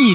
一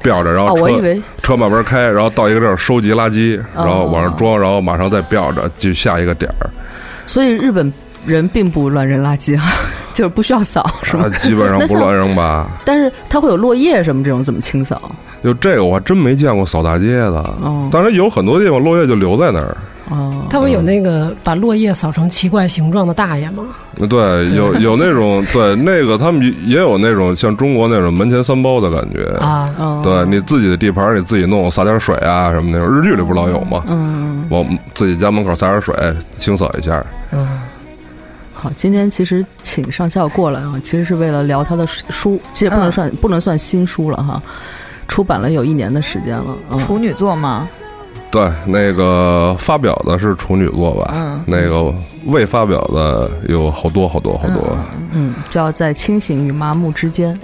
吊着，然后哦，车、我以为车慢慢开，然后到一个地儿收集垃圾，哦然后往上装，然后马上再吊着去下一个点儿，所以日本人并不乱扔垃圾啊， 就是不需要扫是吗啊？，基本 上那不像乱扔吧。但是它会有落叶什么这种，怎么清扫？就这个我还真没见过扫大街的哦，当然有很多地方落叶就留在那儿。哦，他们有那个把落叶扫成奇怪形状的大爷吗？对，有有 那种对那个他们也也有那种像中国那种门前三包的感觉。啊，哦，对你自己的地盘儿你自己弄，洒点水啊什么那种，日剧里不老有吗？嗯，往自己家门口洒点水，清扫一下。嗯，好，今天其实请上校过来啊，其实是为了聊他的书，其实不能嗯算、不能算新书了哈，出版了有一年的时间了。嗯、处女座嘛，对，那个发表的是处女座吧？嗯那个未发表的有好多好多好多，嗯，叫在清醒与麻木之间。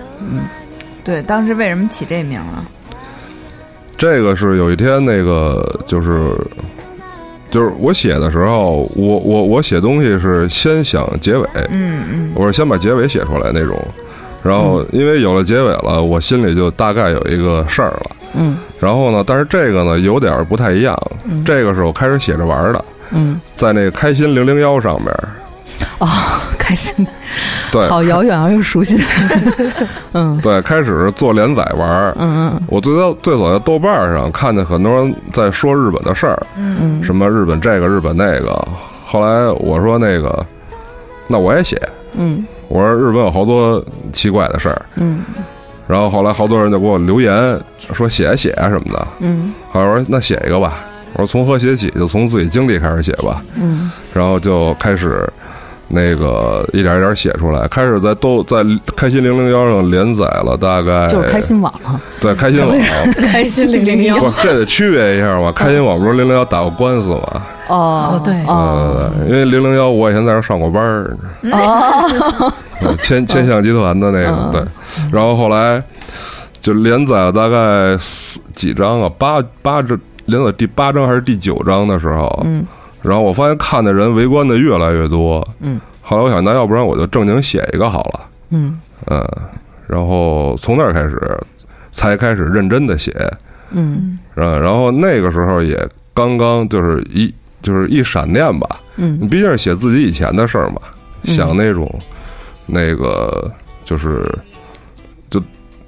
对，当时为什么起这名啊？这个是有一天那个就是就是我写的时候，我我我写东西是先想结尾，嗯嗯，我是先把结尾写出来那种，然后因为有了结尾了，我心里就大概有一个事儿了。嗯然后呢，但是这个呢有点儿不太一样，嗯这个是我开始写着玩儿的，嗯，在那个开心零零幺上面， 开心，对好遥远而又熟悉的。嗯对，开始做连载玩儿，嗯我最早最早在豆瓣儿上看见很多人在说日本的事儿，嗯嗯，什么日本这个日本那个。后来我说那个，那我也写。嗯我说日本有好多奇怪的事儿。嗯然后后来好多人就给我留言说写啊写啊什么的。嗯后来我说那写一个吧。我说从何写起，就从自己经历开始写吧。嗯然后就开始那个一点一点写出来，开始在豆在开心零零幺上连载了大概嗯，就是开心网了，对开心网。开心 001不，这得区别一下吧。开心网不是零零幺打过官司吗？哦哦对哦呃，因为零零幺我以前在这儿上过班儿，哦，呃千千象集团的那嗯个对，然后后来就连载了大概四几章啊，八八章连载第八章还是第九章的时候，嗯然后我发现看的人围观的越来越多，嗯，后来我想那要不然我就正经写一个好了，嗯嗯，然后从那儿开始才开始认真的写，嗯嗯，然后那个时候也刚刚就是一就是一闪念吧，你嗯毕竟是写自己以前的事儿嘛，嗯想那种那个就是就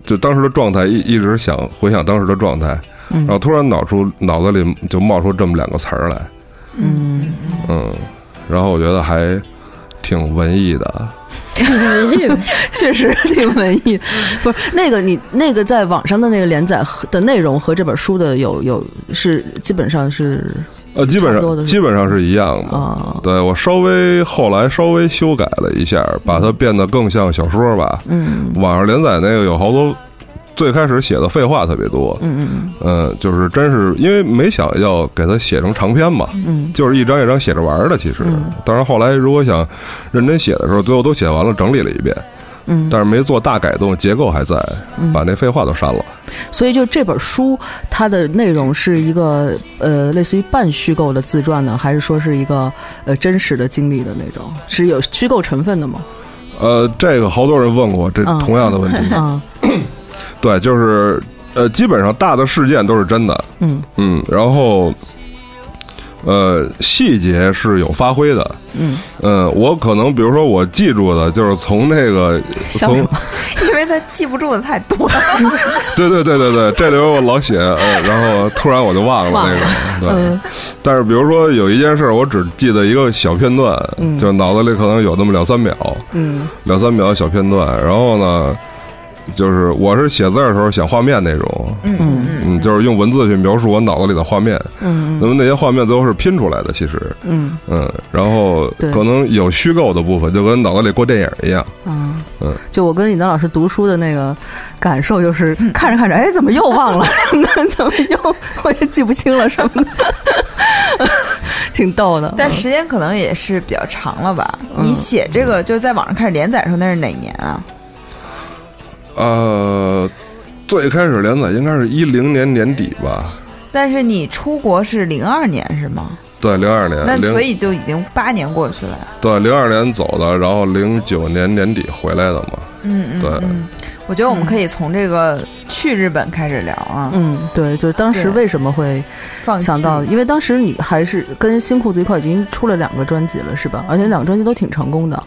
就当时的状态一一直想回想当时的状态，然后嗯突然脑出脑子里就冒出这么两个词儿来，嗯，嗯，然后我觉得还挺文艺的，挺文艺的， 确实挺文艺。不是那个你那个在网上的那个连载和的内容和这本书的有有是基本上是呃，基本差不多上的是吧基本上是一样的。啊，对我稍微后来稍微修改了一下，把它变得更像小说吧。嗯网上连载那个有好多，最开始写的废话特别多，嗯嗯、就是真是因为没想要给它写成长篇嘛，嗯嗯就是一张一张写着玩儿的。其实嗯，当然后来如果想认真写的时候，最后都写完了，整理了一遍，嗯，但是没做大改动，结构还在，嗯把那废话都删了。所以就这本书它的内容是一个呃类似于半虚构的自传呢，还是说是一个呃真实的经历的那种？是有虚构成分的吗？呃，这个好多人问过我这嗯同样的问题，啊， 对，就是呃，基本上大的事件都是真的，嗯嗯，然后，呃，细节是有发挥的。嗯嗯，我可能比如说我记住的就是从那个笑什从么嗯 因为他记不住的太 多了。 对对对对对，这里边我老写，呃，然后突然我就忘了忘了那个。对，嗯但是比如说有一件事，我只记得一个小片段，嗯就脑子里可能有那么两三秒，嗯两三秒小片段。然后呢，就是我是写字儿的时候想画面那种，嗯嗯嗯，就是用文字去描述我脑子里的画面。嗯那么那些画面最后是拼出来的，其实。嗯嗯，然后对可能有虚构的部分，就跟脑子里过电影一样。嗯嗯就我跟尹丹老师读书的那个感受就是，看着看着，哎，怎么又忘了？ 那怎么又我也记不清了什么 的，挺逗的。但时间可能也是比较长了吧？嗯你写这个就是在网上开始连载的时候，那是哪年啊？呃，最开始连载应该是一零年年底吧？但是你出国是零二年是吗？对，零二那年，所呃零以就已经八年过去了。对零二年走的，然后零九年年底回来的嘛。嗯对嗯，我觉得我们可以从这个去日本开始聊啊。嗯，对，就是当时对为什么会放弃想 到，因为当时你还是跟新裤子一块儿已经出了两个专辑了，是吧？而且两个专辑都挺成功的，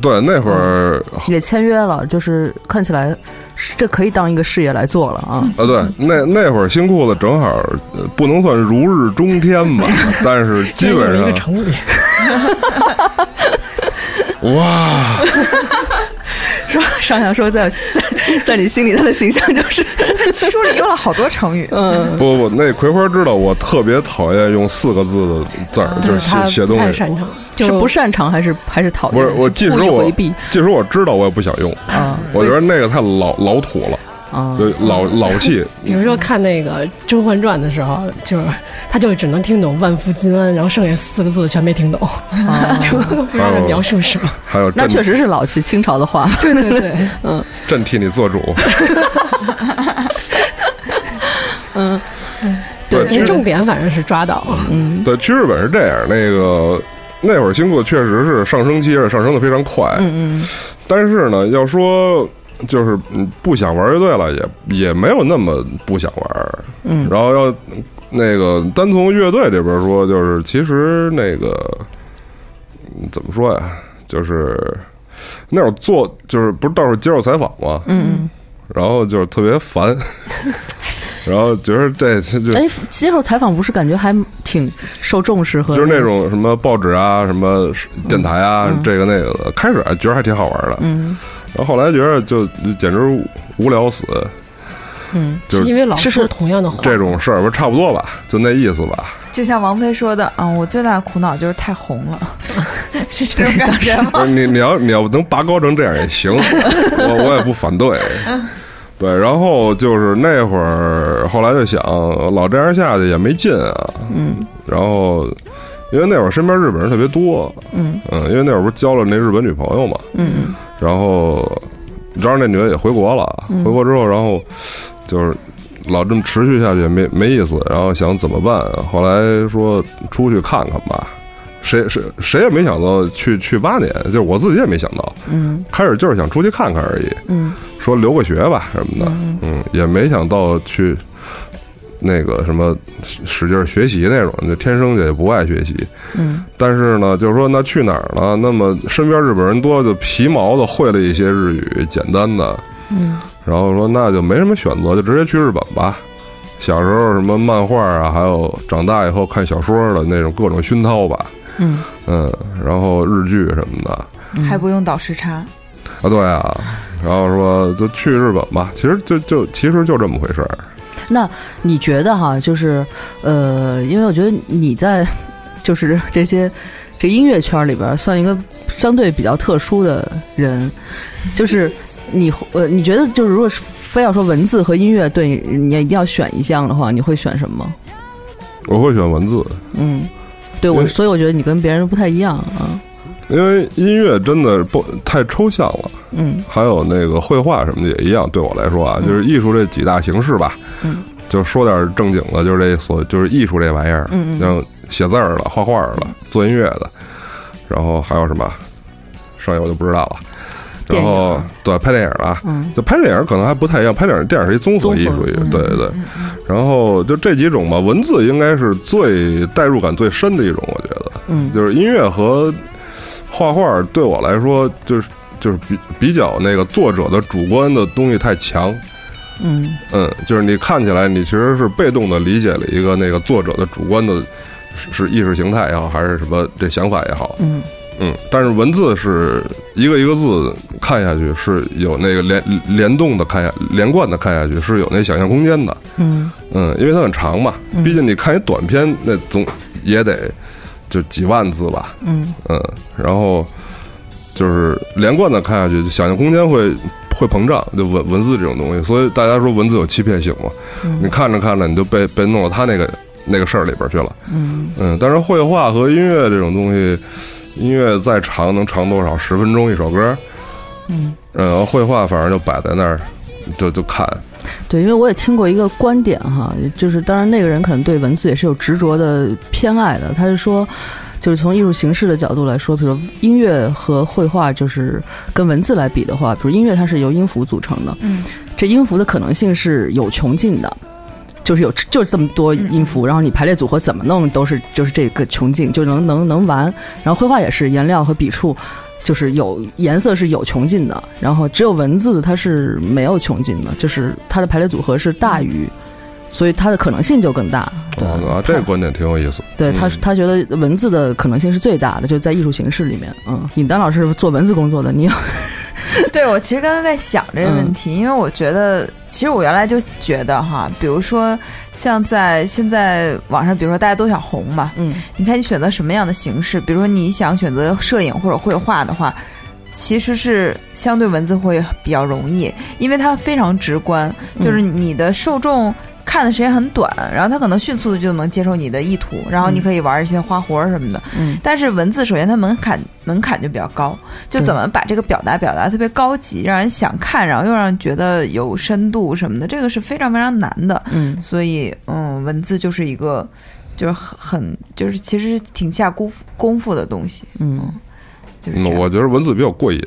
对，那会儿、也签约了，就是看起来是这可以当一个事业来做了啊。啊，对，那那会儿新裤子正好呃不能算如日中天吧，但是基这本有一个上成语，哇，说 上下说在在在你心里他的形象就是，，书里用了好多成语嗯不不，那葵花知道我特别讨厌用四个字的字儿， 就是写他写不东太西。擅长，就是不擅长还是还是讨厌？不是我即使故意我回避即使我知道，我也不想用。啊我觉得那个太老老土了，啊就老老气。比如说看那个《甄嬛传》的时候，就是他就只能听懂万福金安，然后剩下四个字全没听懂， 啊！就不知道在描述什么。还有那朕确实是老气清朝的话，对对对， 朕替你做主。嗯，对，其实去重点反正是抓到了。嗯对去日本是这样，那个那会儿新裤确实是上升期，而且上升的非常快。嗯但是呢，要说就是嗯不想玩乐队了，也也没有那么不想玩儿。嗯然后要那个单从乐队这边说，就是其实那个嗯怎么说呀，就是那会儿做就是不是到处接受采访嘛，嗯然后就是特 别烦，然后觉得这这就嗯，哎，接受采访不是感觉还挺受重视和就是那种什么报纸啊、什么电台啊，这个那个的，开始觉得还挺好玩的，嗯然后后来觉得就就简直无聊死，嗯就是因为老是是说同样的哦话，这种事儿不是差不多吧，就那意 思吧。就像王菲说的，嗯，我最大的苦恼就是太红了， 是这种感觉吗？不是你你要你要能拔高成这样 也行，我我也不反对。嗯对，然后就是那会儿，后来就想，老这样下去也没劲啊。嗯然后，因为那会儿身边日本人特别多，嗯嗯，因为那会儿不是交了那日本女朋友嘛，嗯然后，你知道那女的也回国了，嗯回国之后，然后就是老这么持续下去也没没意思，然后想怎么办？后来说出去看看吧，谁谁谁也没想到去去八年，就是我自己也没想到，嗯开始就是想出去看看而已，嗯说留个学吧什么的，嗯嗯，也没想到去那个什么使使劲儿学习那种，就天生就也不爱学习，嗯但是呢，就是说那去哪儿呢？那么身边日本人多，就皮毛的会了一些日语，简单的。嗯然后说那就没什么选择，就直接去日本吧。小时候什么漫画啊，还有长大以后看小说的那种各种熏陶吧，嗯，嗯，然后日剧什么的啊，嗯还不用倒时差，对啊，然后说就去日本吧，其实就就其实就这么回事儿，你觉得哈，就是呃，因为我觉得你在就是这些这音乐圈里边儿算一个相对比较特殊的人，就是你呃，你觉得就是如果是非要说文字和音乐对你你一定要选一项的话，你会选什么？我会选文字，嗯，对我，嗯所以我觉得你跟别人不太一样啊。因为音乐真的不太抽象了，嗯还有那个绘画什么的也一样，对我来说啊，嗯就是艺术这几大形式吧，嗯就说点正经的，就是这所就是艺术这玩意儿，嗯嗯，像写字儿的、画画儿的、做音乐的，然后还有什么，剩下我就不知道了。然电影啊后儿对拍电影儿啊，嗯就拍电影儿可能还不太一样，拍电影儿电影儿是一综合艺术综合，嗯对对对。然后就这几种吧，文字应该是最代入感最深的一种，我觉得。嗯就是音乐和画画对我来说，就是就是比比较那个作者的主观的东西太强。嗯嗯，就是你看起来你其实是被动的理解了一个那个作者的主观的，是是意识形态也好，还是什么这想法也好。嗯嗯，但是文字是一个一个字看下去是有那个连联动的看下连贯的看下去是有那想象空间的。嗯嗯，因为它很长嘛，嗯毕竟你看一短片那总也得就几万字吧。嗯嗯，然后就是连贯的看下去，就想象空间会会膨胀，就文文字这种东西，所以大家说文字有欺骗性嘛，你看着看着你就被被弄到他那个那个事儿里边去了，嗯嗯，但是绘画和音乐这种东西，音乐再长能长多少？十分钟一首歌，嗯。嗯，绘画反正就摆在那儿，就就看，对，因为我也听过一个观点哈，就是当然那个人可能对文字也是有执着的偏爱的，他是说。就是从艺术形式的角度来说，比如音乐和绘画，就是跟文字来比的话，比如音乐它是由音符组成的，嗯这音符的可能性是有穷尽的，就是有就是这么多音符，然后你排列组合怎么弄都是就是这个穷尽就能能能完。然后绘画也是颜料和笔触，就是有颜色是有穷尽的，然后只有文字它是没有穷尽的，就是它的排列组合是大于。所以它的可能性就更大，对、哦啊，这个观点挺有意思，对他嗯他觉得文字的可能性是最大的，就在艺术形式里面。嗯，尹丹老师是做文字工作的，你有对，我其实刚才在想这个问题，因为我觉得，其实我原来就觉得哈，比如说像在现在网上，比如说大家都想红嘛，嗯你看你选择什么样的形式，比如说你想选择摄影或者绘画的话，其实是相对文字会比较容易，因为它非常直观，就是嗯你的受众。看的时间很短，然后他可能迅速的就能接受你的意图，然后你嗯可以玩一些花活什么的。嗯但是文字首先它门槛门槛就比较高，就对怎么把这个表达表达特别高级，让人想看，然后又让人觉得有深度什么的，这个是非常非常难的。嗯所以，嗯，文字就是一个，就是很很就是其实是挺下功夫功夫的东西，嗯就是这嗯，样。我觉得文字比较过瘾，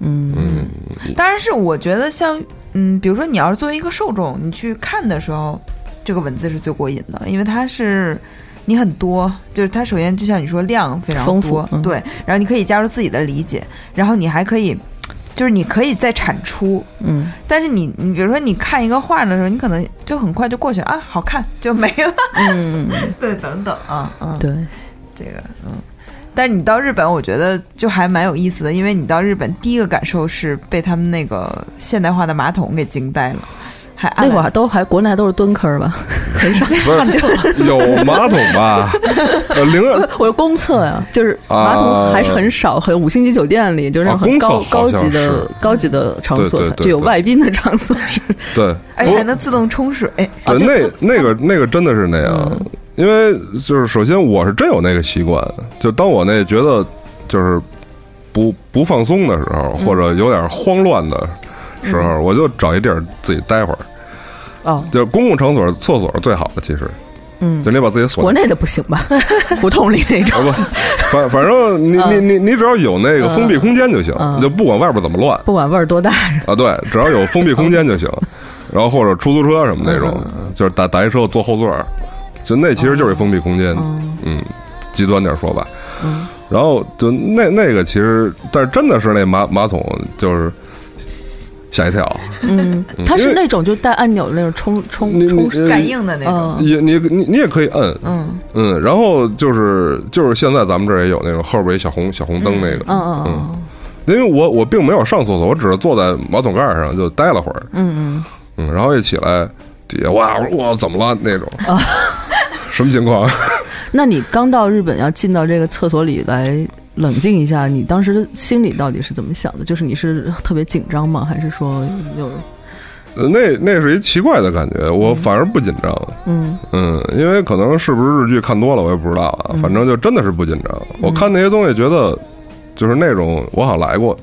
嗯嗯，当然是我觉得像嗯，比如说你要是作为一个受众，你去看的时候，这个文字是最过瘾的，因为它是你很多，就是它首先就像你说量非常丰富多，嗯对，然后你可以加入自己的理解，然后你还可以。就是你可以再产出，嗯但是你你比如说你看一个画的时候，你可能就很快就过去了啊，好看就没了，嗯， 对，等等啊，嗯，对，这个，嗯。但是你到日本，我觉得就还蛮有意思的，因为你到日本第一个感受是被他们那个现代化的马桶给惊呆了，还按那了会儿都还国内还都是蹲坑儿吧，很少。不是有马桶吧？呃，零二 我是公厕呀、就是马桶还是很少，很五星级酒店里就是那种很啊高、公厕好高像级的是嗯高级的场所对对才，对就有对外宾的场所是。对，而且还能自动冲水，呃啊对，那那个那个真的是那样，嗯因为就是首先我是真有那个习惯，就当我那觉得就是不不放松的时候，或嗯者有点慌乱的时候，我就找一地儿自己待会儿。哦，就是公共场所厕所是最好的，其实嗯就，你把自己锁。国内的不行吧？胡同里那种。啊不，反反正你你你你只要有那个封闭空间就行，嗯你就不管外边怎么乱不管味儿多大，啊，对，只要有封闭空间就行。然后或者出租车什么那嗯种，就是打打一车坐后座儿，就那其实就是一封闭空间。嗯嗯，极端点说吧，嗯，然后就那那个其实，但是真的是那马马桶就是吓一跳。嗯，它是那种就带按钮的那种冲你冲你冲， 感应的那种，嗯也你你你也可以摁，嗯嗯，然后就是就是现在咱们这儿也有那种后边一小红小红灯那个，嗯嗯嗯因为我我并没有上厕所，我只是坐在马桶盖上就待了会儿，嗯嗯，然后一起来底下哇我说哇怎么了那种，哦 什么情况？ 嗯。那你刚到日本要进到这个厕所里来冷静一下，你当时心里到底是怎么想的？就是你是特别紧张吗？还是说有呃那那是一奇怪的感觉，我反而不紧张，嗯嗯，因为可能是不是日剧看多了，我也不知道啊，反正就真的是不紧张。嗯我看那些东西觉得就是那种我好像来过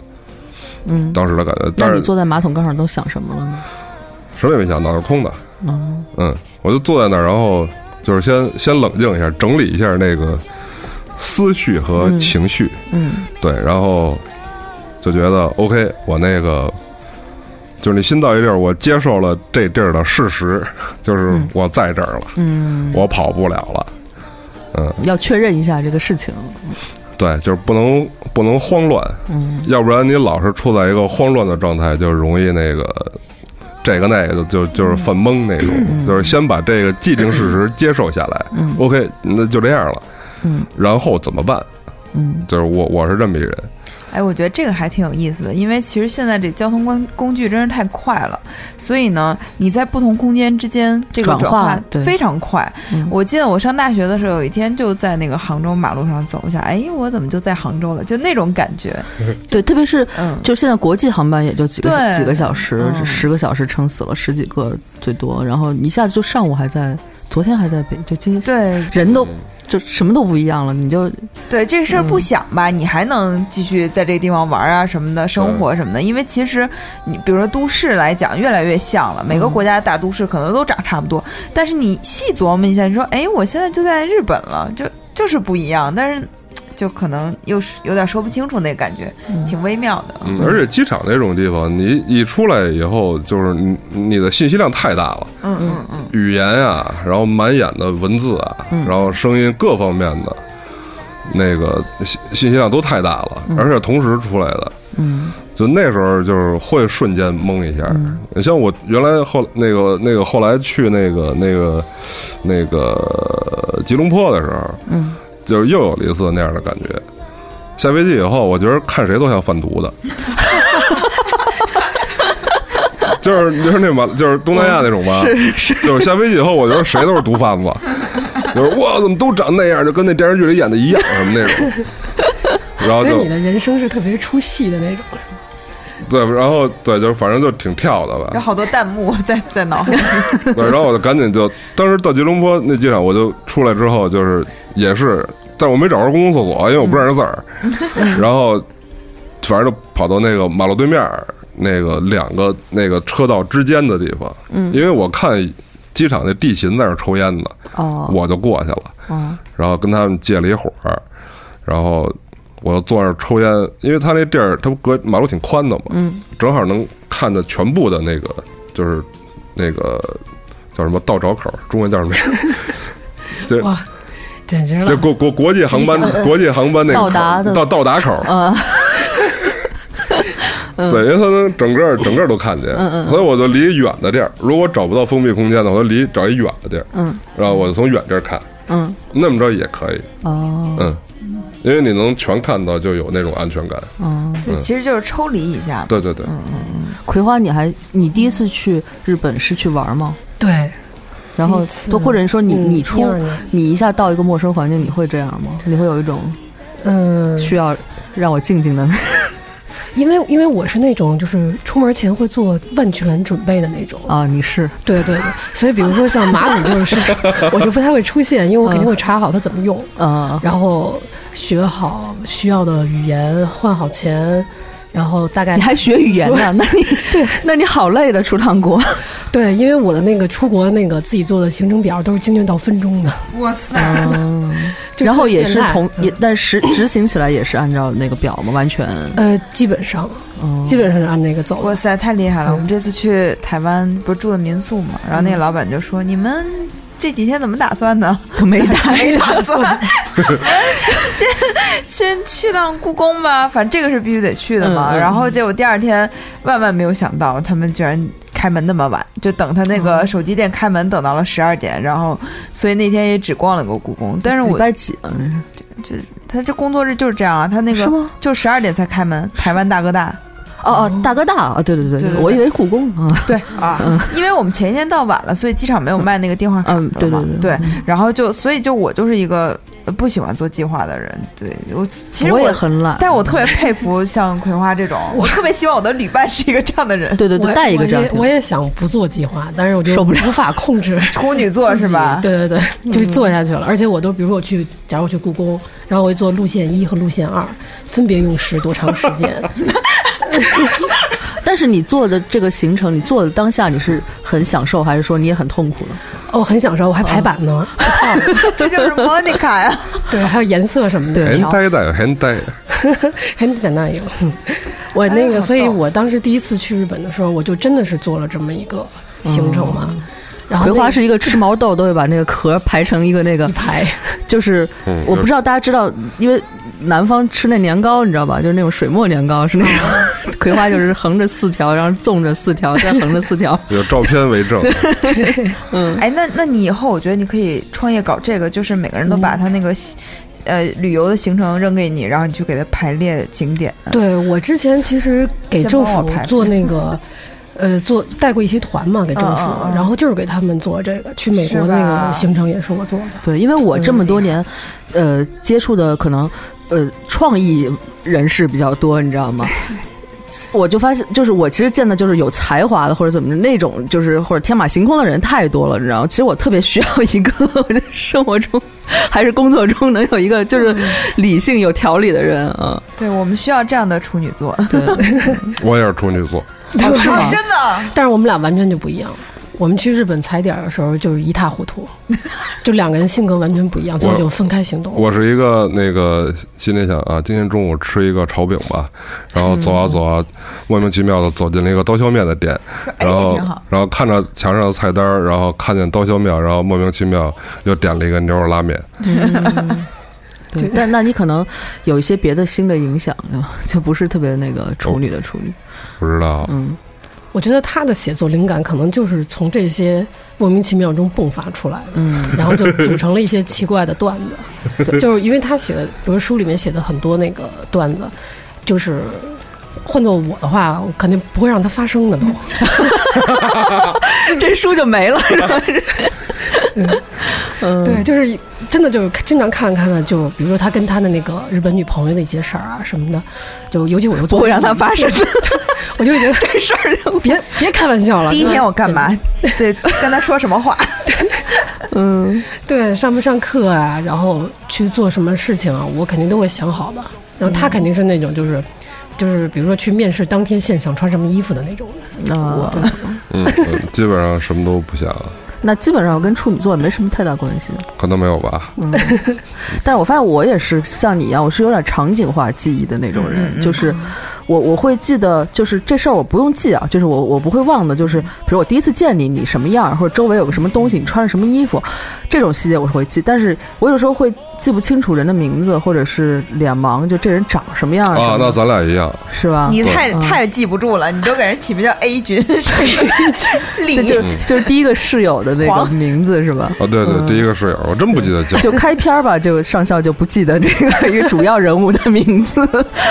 嗯？当时的感觉，那但你是坐在马桶盖上都想什么了呢？什么也没想到，是空的。哦，嗯，我就坐在那儿，然后就是先先冷静一下，整理一下那个思绪和情绪，嗯对，然后就觉得 OK，我那个就是你新到一地儿，我接受了这地儿的事实， 就是我在这儿了，嗯，我跑不了了。嗯，要确认一下这个事情。对，就是不能不能慌乱，嗯要不然你老是处在一个慌乱的状态，就容易那个这个那个就就就是犯懵那种，就是先把这个既定事实接受下来。嗯 OK，那就这样了。嗯然后怎么办？嗯就是我我是这么一人，哎，我觉得这个还挺有意思的，因为其实现在这交通工工具真是太快了，所以呢，你在不同空间之间这个转转化化对非常快。嗯我记得我上大学的时候，有一天就在那个杭州马路上走一下，哎，我怎么就在杭州了？就那种感觉，对，特别是嗯，就现在国际航班也就几个对几个小时，嗯十个小时撑死了十几个最多，然后一下子就上午还在，昨天还在北，就今天对人都嗯就什么都不一样了，你就对，这事儿不想吧，你还能继续在这个地方玩啊什么的，生活什么的。因为其实你比如说都市来讲，越来越像了，每个国家的大都市可能都长差不多。但是你细琢磨一下，你说，哎，我现在就在日本了，就就是不一样。但是就可能又是有点说不清楚那个感觉，挺微妙的。嗯，而且机场那种地方，你一出来以后，就是你你的信息量太大了，嗯嗯嗯，语言啊，然后满眼的文字啊，然后声音各方面的那个信信息量都太大了，嗯而且同时出来的，嗯就那时候就是会瞬间懵一下。嗯你像我原来后那个那个后来去那个那个那个吉隆坡的时候，嗯，就是又有了一次那样的感觉。下飞机以后，我觉得看谁都像贩毒的， 就是就是那马就是东南亚那种吧，是是，就是下飞机以后，我觉得谁都是毒贩子，就是哇，怎么都长那样，就跟那电视剧里演的一样什么那种。然后所以就你的人生是特别出戏的那种。对，然后对，就是反正就挺跳的吧有。好多弹幕 在在脑海里。对，然后我就赶紧就，当时到吉隆坡那机场，我就出来之后，就是也是，但我没找着公共厕所，因为我不认识字儿。然后反正就跑到那个马路对面儿那个两个那个车道之间的地方，因为我看机场那地勤在那儿抽烟呢，哦我就过去了。哦，然后跟他们借了一火儿，然后我就坐那儿抽烟，因为他那地儿他不隔马路挺宽的嘛，嗯正好能看到全部的那个就是那个叫什么到闸口，中文叫什 么呀？对哇，简直这了！国国国际航班国际航班那个口到达的到到达口， 啊，嗯对，因为它能整个整个都看见，所以我就离远的地儿，如果找不到封闭空间的，我就离找一远的地儿，嗯然后我就从远地儿看，嗯那么着也可以，哦嗯，因为你能全看到，就有那种安全感。哦，对，其实就是抽离一下嘛。对对对，葵花，你还你第一次去日本是去玩吗？对，然后第一次都或者说你嗯你出12年你一下到一个陌生环境，你会这样吗？你会有一种嗯，需要让我静静的，。因为因为我是那种就是出门前会做万全准备的那种 啊？你是对对对，所以比如说像马桶这种事 情，我就不太会出现，因为我肯定会查好它怎么用，啊然后学好需要的语言，换好钱，然后大概你还学语 言呢？那你对，那你好累的，出趟国。对，因为我的那个出国那个自己做的行程表都是精确到分钟的，嗯哇塞！就然后也特是别变态嗯同也，但实执行起来也是按照那个表嘛，完全。呃，基本上嗯基本上是按那个走的哇。塞，太厉害了！嗯我们这次去台湾不是住的民宿嘛，然后那个老板就说：“你们这几天怎么打算呢？都没打。没 打算， 先先去趟故宫吧，反正这个是必须得去的嘛。嗯嗯然后结果第二天，万万没有想到，他们居然开门那么晚，就等他那嗯个手机店开门等到了十二点，然后所以那天也只逛了个故宫。但是礼我拜几啊？那他这工作日就是这样啊，他那是是个吗？就十二点才开门，台湾大哥大。哦哦，大哥大啊！对对对，对对对我以为故宫啊。对啊，因为我们前一天到晚了，所以机场没有卖那个电话卡了嗯嘛。对对对然后就所以就我就是一个呃不喜欢做计划的人。对我其实我我也很懒，但我特别佩服像葵花这种，我特别希望我的旅伴是一个这样的人，对对我对，带一个我这样也我也想不做计划，但是我就受不无法 控制自己。处女座是吧？ 对对嗯对，就做下去了。而且我都，比如说我去，假如我去故宫，然后我就做路线一和路线二，分别用时多长时 间。但是你做的这个行程，你做的当下你是很享受，还是说你也很痛苦呢？哦，很享受，我还排版哦呢，这就是 Monica 呀，对，还有颜色什么的很调，呆的，很呆。很简单有。嗯我那哎个，好所以逗我当时第一次去日本的时候，我就真的是做了这么一个行程嘛。然嗯后葵那花个是一个吃毛豆，都会把那个壳排成一个那个一， 排，就是嗯我不知道大家知道，因为南方吃那年糕，你知道吧？就是那种水磨年糕，是那种 葵花就是横着四条，然后纵着四条，再横着四条。 有照片为证，嗯哎，那那你以后我觉得你可以创业搞这个，就是每个人都嗯把他那个西。呃，旅游的行程扔给你，然后你去给他排列景点。对我之前其实给先政帮我府排做那个， 呃，做带过一些团嘛，给政府，嗯嗯嗯然后就是给他们做这个。去美是国那吧个行程也是我做的， 对，因为我这么多年，呃，接触的可能呃创意人士比较多，你知道吗？我就发现，就是我其实见的就是有才华的或者怎么着那种，就是或者天马行空的人太多了，你知道吗？其实我特别需要一个 我的生活中还是工作中能有一个就是理性有条理的人啊。对我们需要这样的处女座，对，我也是处女座，哦对是吗吧？啊真的。啊但是我们俩完全就不一样。我们去日本踩点儿的时候就是一塌糊 涂，就两个人性格完全不一样，所以就分开行动。我是一个那个心里想啊，今天中午吃一个炒饼吧，然后走啊走啊，莫名其妙的走进了一个刀削面的店，哎，然也后挺哦好。然后看着墙上的菜单儿，然后看见刀削面，然后莫名其妙又点了一个牛肉拉面，对但那你可能有一些别的新的影响啊，就不是特别那个处女的处哦女。不知道嗯，我觉得他的写作灵感可能就是从这些莫名其妙中迸发出来的，嗯，然后就组成了一些奇怪的段子，就是因为他写的，比如书里面写的很多那个段子，就是换做我的话，我肯定不会让它发生的都。这书就没了。 嗯对，就是真的就是经常看着看着就，比如说他跟他的那个日本女朋友的一些事儿啊什么的，就尤其我又做不会让它发生我就会觉得这事儿别别开玩笑 了。第一就是天我干嘛？对，跟他说什么话？啊嗯对，上不上课啊，然后去做什么事情啊，我肯定都会想好的。然后他肯定是那种就是，就是比如说去面试当天现想穿什么衣服的那种人。啊，嗯，嗯基本上什么都不想，那基本上跟处女座也没什么太大关系。可能没有吧。但是我发现我也是像你一样，我是有点场景化记忆的那种嗯人，就是我我会记得，就是这事儿我不用记啊，就是我我不会忘的，就是比如我第一次见你，你什么样，或者周围有个什么东西，你穿着什么衣服，这种细节我是会记。但是我有时候会记不清楚人的名字，或者是脸盲，就这人长什么样哦什啊么，的那咱俩一样，是吧？你太嗯太记不住了，你都给人起名叫 A 君，这李就是就是第一个室友的那个黄名字是吧？啊，对对，第一个室友，我真不记得叫，就开篇儿吧，就上校就不记得这个一个主要人物的名字，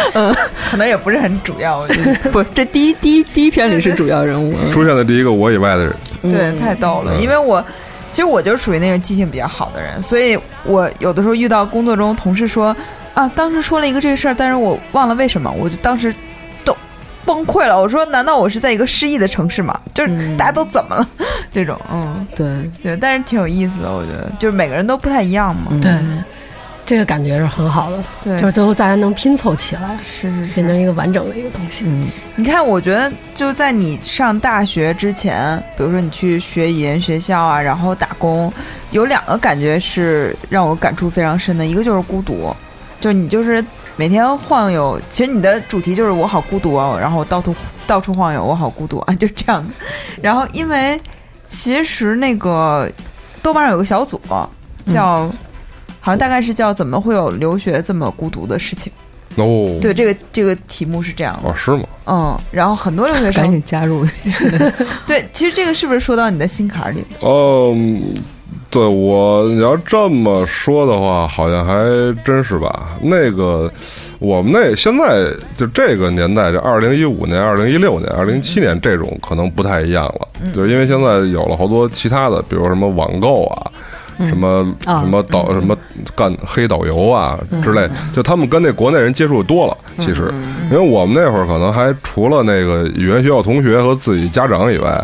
可能也不是很主要，我觉得。不是这第一第一第一篇里是主要人物，出现的第一个我以外的人，对，太逗了。嗯因为我其实我就是属于那种记性比较好的人，所以我有的时候遇到工作中同事说啊，当时说了一个这个事儿，但是我忘了为什么，我就当时都崩溃了。我说，难道我是在一个失忆的城市吗？就是嗯大家都怎么了？ 这种，嗯，对，对，但是挺有意思的，我觉得，就是每个人都不太一样嘛。嗯对，这个感觉是很好的，对，就是最后大家能拼凑起来，是是变成一个完整的一个东西。嗯，你看，我觉得就在你上大学之前，比如说你去学语言学校啊，然后打工，有两个感觉是让我感触非常深的，一个就是孤独，就是你就是每天晃悠，其实你的主题就是我好孤独啊，然后我到处到处晃悠，我好孤独啊，就这样的。然后因为其实那个。豆瓣上有个小组叫，好像大概是叫“怎么会有留学这么孤独的事情哦”。，对，这个这个题目是这样的，哦，是吗？嗯，然后很多留学赶生紧加入。 对，其实这个是不是说到你的心坎儿里？哦，嗯对我，你要这么说的话，好像还真是吧。那个，我们那现在就这个年代，这二零一五年、二零一六年、二零一七年这种可能不太一样了，就是因为现在有了好多其他的，比如什么网购啊。什么啊什么导什么干黑导游啊之类，就他们跟那国内人接触多了。其实，因为我们那会儿可能还除了那个语言学校同学和自己家长以外，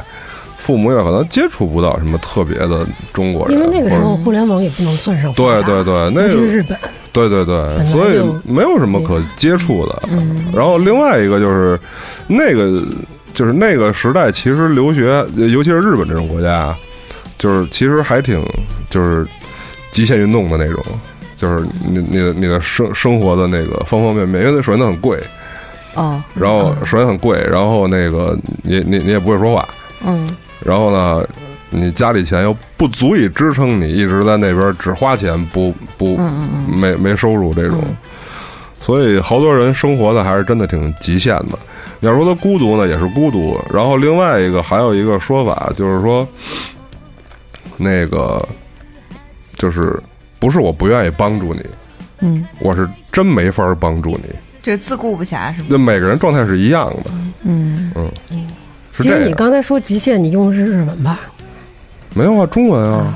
父母也可能接触不到什么特别的中国人，因为那个时候或者互联网也不能算上发达对对对，那尤其是个日本，嗯对对对，所以没有什么可接触的。然后另外一个就是那个就是那个时代，其实留学，呃尤其是日本这种国家啊，就是其实还挺就是极限运动的那种。就是你你的你的生生活的那个方方面面，因为那首先它很贵，哦，然后嗯首先很贵，然后那个你你你也不会说话，嗯，然后呢，你家里钱又不足以支撑你一直在那边只花钱不不嗯没没收入这种，所以好多人生活的还是真的挺极限的。你要说他孤独呢，也是孤独。然后另外一个还有一个说法就是说，那个就是不是我不愿意帮助你，嗯，我是真没法儿帮助你。这自顾不暇是吗？那每个人状态是一样的，嗯嗯，是其这实你样。刚才说极限，你用的是日文吧？没有啊，中文啊，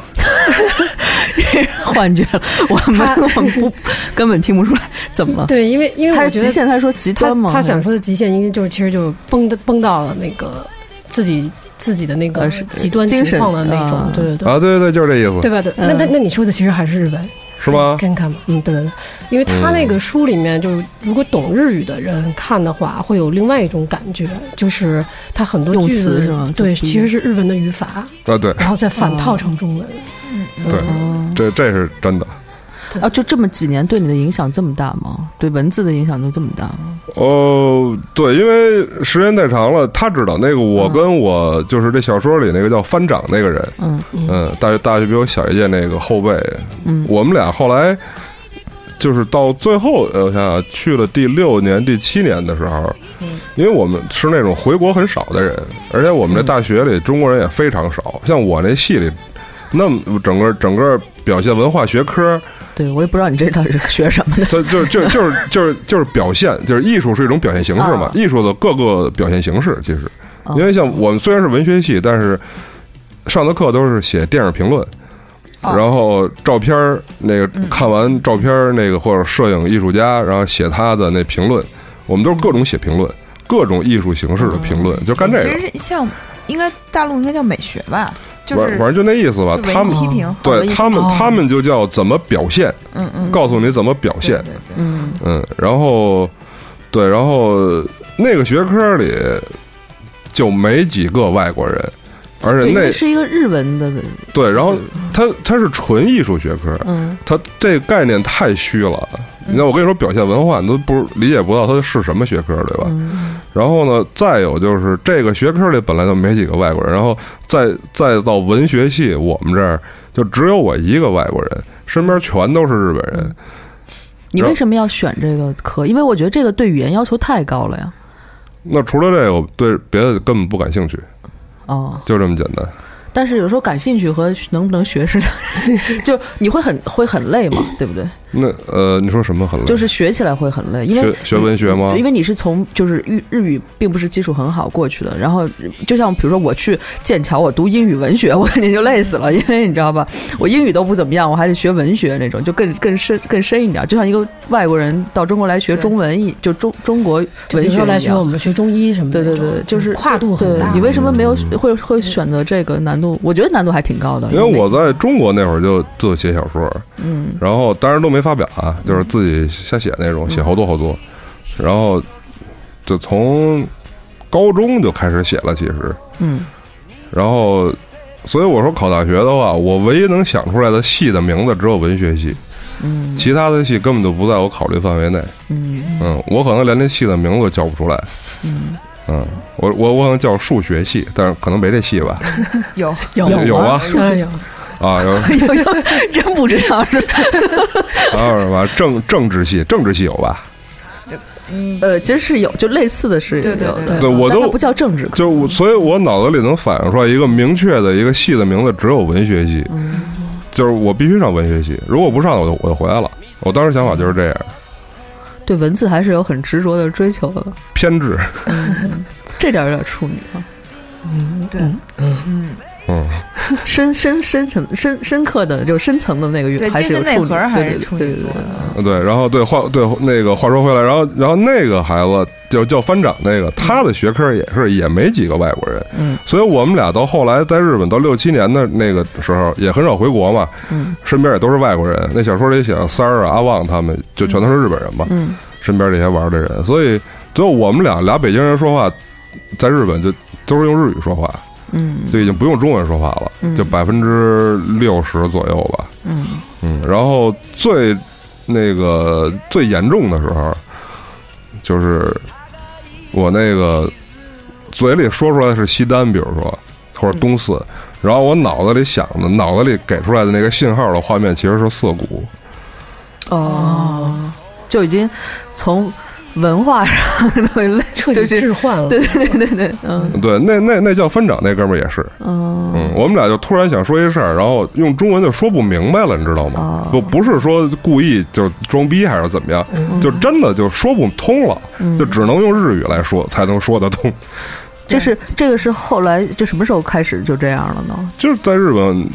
幻觉了，我们我们不根本听不出来怎么了。对，因为因为他我是觉极得限，他说极他端吗？他想说的极限，应该就是其实就是崩的崩到了那个自己自己的那个呃是极端精情神况的那种啊，对对对。啊，对对对，就是这意思，对吧？对，那那那你说的其实还是日文，是吗？看看吧，嗯，对对对，因为他那个书里面，就是如果懂日语的人看的话，会有另外一种感觉，就是他很多用句词子是吗对，就逼其实是日文的语法，啊，对然后再反套成中文。对，这这是真的。啊，就这么几年对你的影响这么大吗？对文字的影响就这么大吗？哦，对，因为时间太长了，他知道那个我跟我就是这小说里那个叫番长那个人，嗯嗯，大学大学比我小一届那个后辈，嗯我们俩后来就是到最后，呃我想想啊，去了第六年、第七年的时候，嗯因为我们是那种回国很少的人，而且我嗯们这大学里中国人也非常少，像我那系里，那么整个整个表现文化学科，对我也不知道你这到底是学什么的。就就就就是就是就是表现，就是艺术是一种表现形式嘛啊，哦艺术的各个表现形式其实啊，因为像我们虽然是文学系，但是上的课都是写电影评论。啊然后照片儿那个嗯看完照片儿那个或者摄影艺术家，然后写他的那评论，我们都是各种写评论，各种艺术形式的评论，就干这其个，实像应该大陆应该叫美学吧，就反是反正就那意思吧。就文艺他们批评，对艺他们他们就叫怎么表现，嗯嗯，告诉你怎么表对现，对对嗯嗯，然后对，然后那个学科里就没几个外国人，而且对，因那为是一个日文的，对，然后它它是纯艺术学科，嗯它这概念太虚了。你看，我跟你说，表现文化你都不理解不到它是什么学科，对吧？嗯然后呢，再有就是这个学科里本来就没几个外国人，然后再再到文学系，我们这儿就只有我一个外国人，身边全都是日本嗯人。你为什么要选这个课？因为我觉得这个对语言要求太高了呀。那除了这个，我对别的根本不感兴趣，哦，就这么简单。但是有时候感兴趣和能不能学是两， 就你会很会很累嘛，对不对？那呃，你说什么很累？就是学起来会很累，因为学学文学吗因为你是从就是日日语并不是基础很好过去的，然后就像比如说我去剑桥，我读英语文学，我肯定就累死了，因为你知道吧，我英语都不怎么样，我还得学文学那种，就更更深更深一点，就像一个外国人到中国来学对中文一就中中国就哦比文如学说来一学我样。们学中医什么的对那对种，对，就是跨度很对大。你为什么没有会会选择这个难度？我觉得难度还挺高的，因为我在中国那会儿就自写小说，嗯然后当然都没发表啊，就是自己瞎写那种，写好多好多，嗯然后就从高中就开始写了，其实，嗯然后所以我说考大学的话，我唯一能想出来的系的名字只有文学系，嗯其他的系根本就不在我考虑范围内。嗯嗯，我可能连那系的名字都叫不出来。嗯，我我我可能叫数学系，但是可能没这系吧。有有哎有啊当然有，啊，然后有有 真不知道是吧？ 还有什么啊政政治系，政治系有吧？呃，其实是有，就类似的是有对对对的对我但都它不叫政治课，就我，所以我脑子里能反映出来一个明确的一个系的名字，只有文学系，就是我必须上文学系，如果不上了，我就我就回来了。我当时想法就是这样，对文字还是有很执着的追求的，偏执，这点儿有点处女啊，对，嗯嗯，嗯，深深深层深深刻的就深层的那个对，还精是有神内处女，核还对是对处对女对座对。的，对，然后对话对那个话说回来，然后然后那个孩子就叫翻掌那个，他的学科也是也没几个外国人，嗯，所以我们俩到后来在日本到六七年的那个时候也很少回国嘛，嗯，身边也都是外国人，那小说里写的三儿啊、阿旺他们就全都是日本人嘛，嗯，身边这些玩儿的人，所以最后我们俩俩北京人说话，在日本就都是用日语说话，嗯就已经不用中文说话了，嗯就百分之六十左右吧。嗯，嗯，然后最那个最严重的时候，就是我那个嘴里说出来的是西单，比如说或者东四，然后我脑子里想的、脑子里给出来的那个信号的画面其实是涩谷。哦，就已经从文化上 的类彻就底是置换了。对对对对对，嗯对，那那那叫分长那哥们儿也是，嗯嗯，我们俩就突然想说一事儿，然后用中文就说不明白了，你知道吗？哦不不是说故意就装逼还是怎么样，就真的就说不通了，嗯就只能用日语来说才能说得通。这是这个是后来这什么时候开始就这样了呢？就是在日本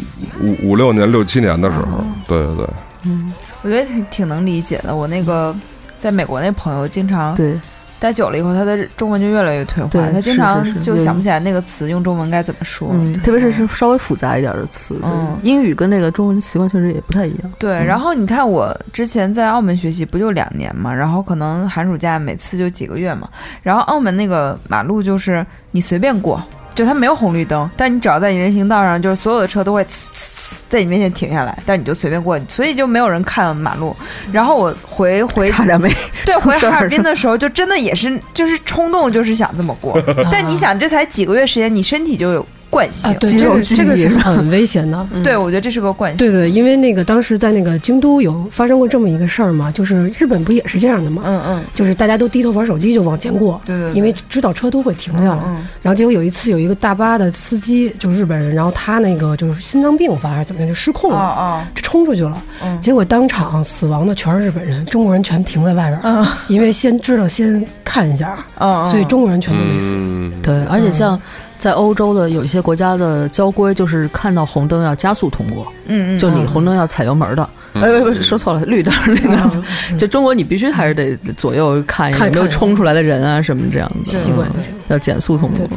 五五六年、六七年的时哦候，对对对，嗯我觉得挺挺能理解的。我那个在美国那朋友，经常对，待久了以后，他的中文就越来越退化，对他经常是是是就想不起来那个词用中文该怎么说。嗯，特别是是稍微复杂一点的词，对嗯英语跟那个中文习惯确实也不太一样。对，嗯然后你看我之前在澳门学习不就两年嘛，然后可能寒暑假每次就几个月嘛，然后澳门那个马路就是你随便过，就它没有红绿灯，但你只要在人行道上，就是所有的车都会呲呲呲在你面前停下来，但你就随便过，所以就没有人看马路。嗯然后我回 回差点没，对，回事儿哈尔滨的时候，就真的也是就是冲动，就是想这么 过。但你想，这才几个月时间，你身体就有惯性。啊，对，肌这肉个记忆这个是很危险的。对我觉得这是个惯性。对对，因为那个当时在那个京都有发生过这么一个事儿嘛，就是日本不也是这样的嘛，嗯嗯，就是大家都低头玩手机就往前过，对对对，嗯因为知道车都会停下嗯来。嗯然后结果有一次有一个大巴的司机就是日本人，然后他那个就是心脏病发还是怎么样就失控哦了，哦就冲出去了。嗯结果当场死亡的全是日本人，中国人全停在外边儿，嗯因为先知道先看一下，嗯，所以中国人全都没死。嗯，对，而且像在欧洲的有一些国家的交规，就是看到红灯要加速通过，嗯嗯就你红灯要踩油门的，呃，不不，说错了，绿灯绿灯。啊就中国，你必须还是得左右嗯看一下看有没有看冲出来的人啊，什么这样的，习惯嗯性，要减速通过对。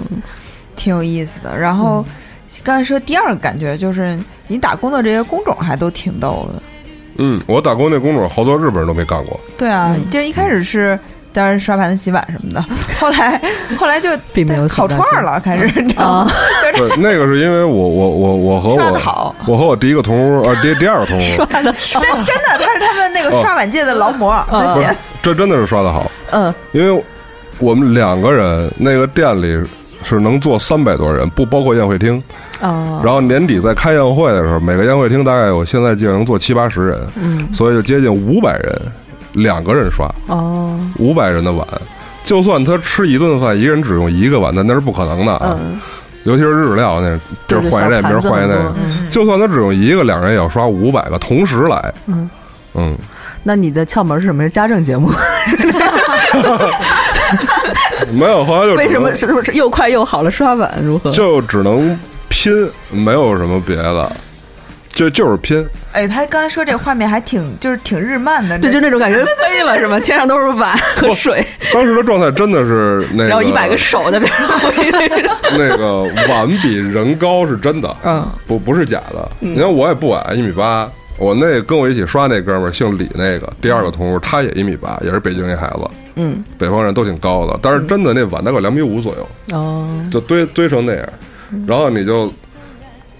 挺有意思的。然后刚才说第二个感觉就是，你打工的这些工种还都挺逗的。嗯，我打工那工种好多日本人都没干过，对啊，嗯就一开始是。当然刷盘子、洗碗什 么的，后来后来就并没有烤串儿了，开始你知道啊 吗？， 对，那个是因为我我我我和刷的我好，我和我第一个同屋啊， 第第二个同屋，刷的刷真真的，他是他们那个哦刷碗界的劳模，他不写是这真的是刷的好，嗯，因为我们两个人那个店里是能坐三百多人，不包括宴会厅。 哦啊，然后年底在开宴会的时候，每个宴会厅大概我现在记得能坐七八十人，嗯所以就接近五百人，两个人刷 哦，五百人的碗。就算他吃一顿饭，一个人只用一个碗，但那是不可能的啊！嗯，尤其是日料那，就对是换一那名儿换一那，小盘子。很个多嗯就算他只用一个，两人也要刷五百个，同时来。嗯嗯， 那你的窍门是什么？是家政节目？嗯没有，后来就只为什么能是不是又快又好了？刷碗如何？就只能拼，没有什么别的，就就是拼。哎，他刚才说这个画面还挺，就是挺日漫的，对，就那种感觉飞了是吗？天上都是碗和水， 当时的状态真的是那个，然后一百个手在边上挥那 种。那个碗比人高是真 的，嗯，不不是假的。你看我也不矮，一米八。我那跟我一起刷那哥们儿，姓李那个第二个同屋，他也一米八，也是北京一孩子。嗯，北方人都挺高的，但是真的那碗大概两米五左右，哦，嗯就堆堆成那样。然后你就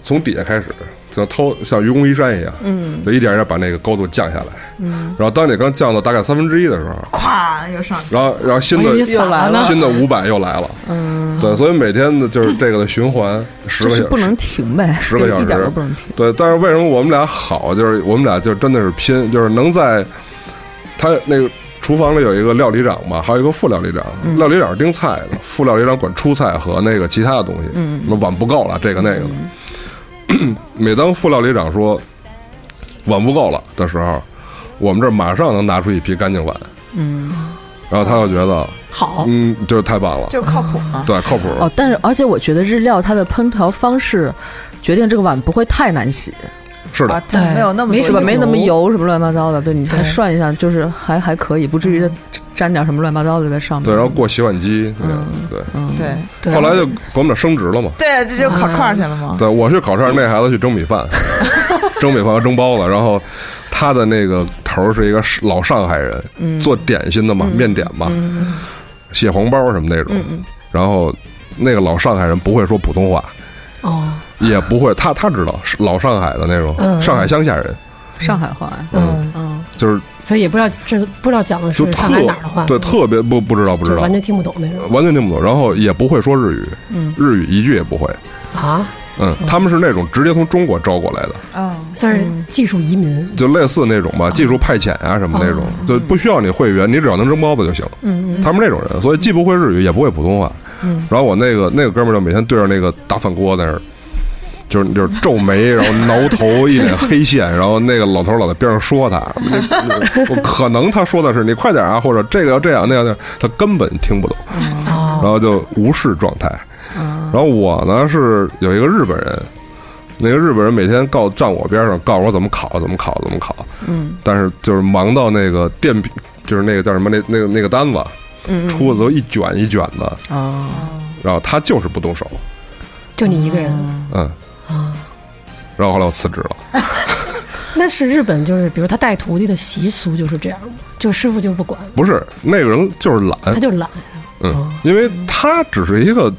从底下开始，像掏像愚公移山一样，嗯就一点一点把那个高度降下来。嗯，然后当你刚降到大概三分之一的时候，咵又上去，然后然后新哎我以为的撒来呢了新的五百又来了，嗯，对，所以每天的就是这个的循环十就个是小不时能。停呗，十就个小时一点都不能停。对，但是为什么我们俩好？就是我们俩就真的是拼，就是能在他那个厨房里有一个料理长嘛，还有一个副料理长，料理长是盯菜的，副料理长管出菜和那个其他的东西，嗯什么碗不够了，这个那个的。每当副料理长说碗不够了的时候，我们这儿马上能拿出一批干净碗，嗯，然后他就觉得，好，嗯，就是太棒了，就是靠谱嘛。对，靠谱了哦，，但是而且我觉得日料它的烹调方式决定这个碗不会太难洗，是的啊，，它对没有那么没多是吧？什么没那么油哎油什么乱七八糟的，对你嗯它对涮一下就是还还可以，不至于它沾点什么乱七八糟的在上面。对，然后过洗碗机，对嗯，对对对，后来就给我们俩升职了嘛。对，这就烤串儿去了嘛。对，我去烤串，那孩子去蒸米 饭，蒸米饭和蒸包子。然后他的那个头儿是一个老上海人，嗯做点心的嘛，面点嘛，蟹黄包什么那种。嗯嗯然后那个老上海人不会说普通话，哦，也不会，他他知道是老上海的那种、嗯上海乡下人，上海话，嗯，嗯，就是所以也不知道这不知道讲的就是上海特哪儿的话，对特别不不知道不就知是道啊完。全听不懂那种完全听不懂，然后也不会说日语，嗯日语一句也不会。啊，嗯，他们是那种直接从中国招过来的，嗯，算是技术移民，就类似那种吧，技术派遣啊什么那种，就不需要你会员，你只要能扔包子就行。嗯他们那种人，所以既不会日语，也不会普通话。然后我那个那个哥们儿就每天对着那个大饭锅在那儿，就是就是皱眉，然后挠头，一脸黑线，然后那个老头儿老在边上说他，那我可能他说的是你快点啊，或者这个要这样那样那样，他根本听不懂，然后就无视状态。然后我呢是有一个日本人。那个日本人每天告站我边上，告诉我怎么烤，怎么烤，怎么烤。嗯，但是就是忙到那个电饼，就是那个叫什么那那个那个单子，嗯出的都一卷一卷的，哦，然后他就是不动手，就你一个人，嗯，然后后来我辞职了，那是日本就是，比如他带徒弟的习俗就是这样嘛，就师傅就不管，不是那个人就是懒，他就懒，嗯，因为他只是一个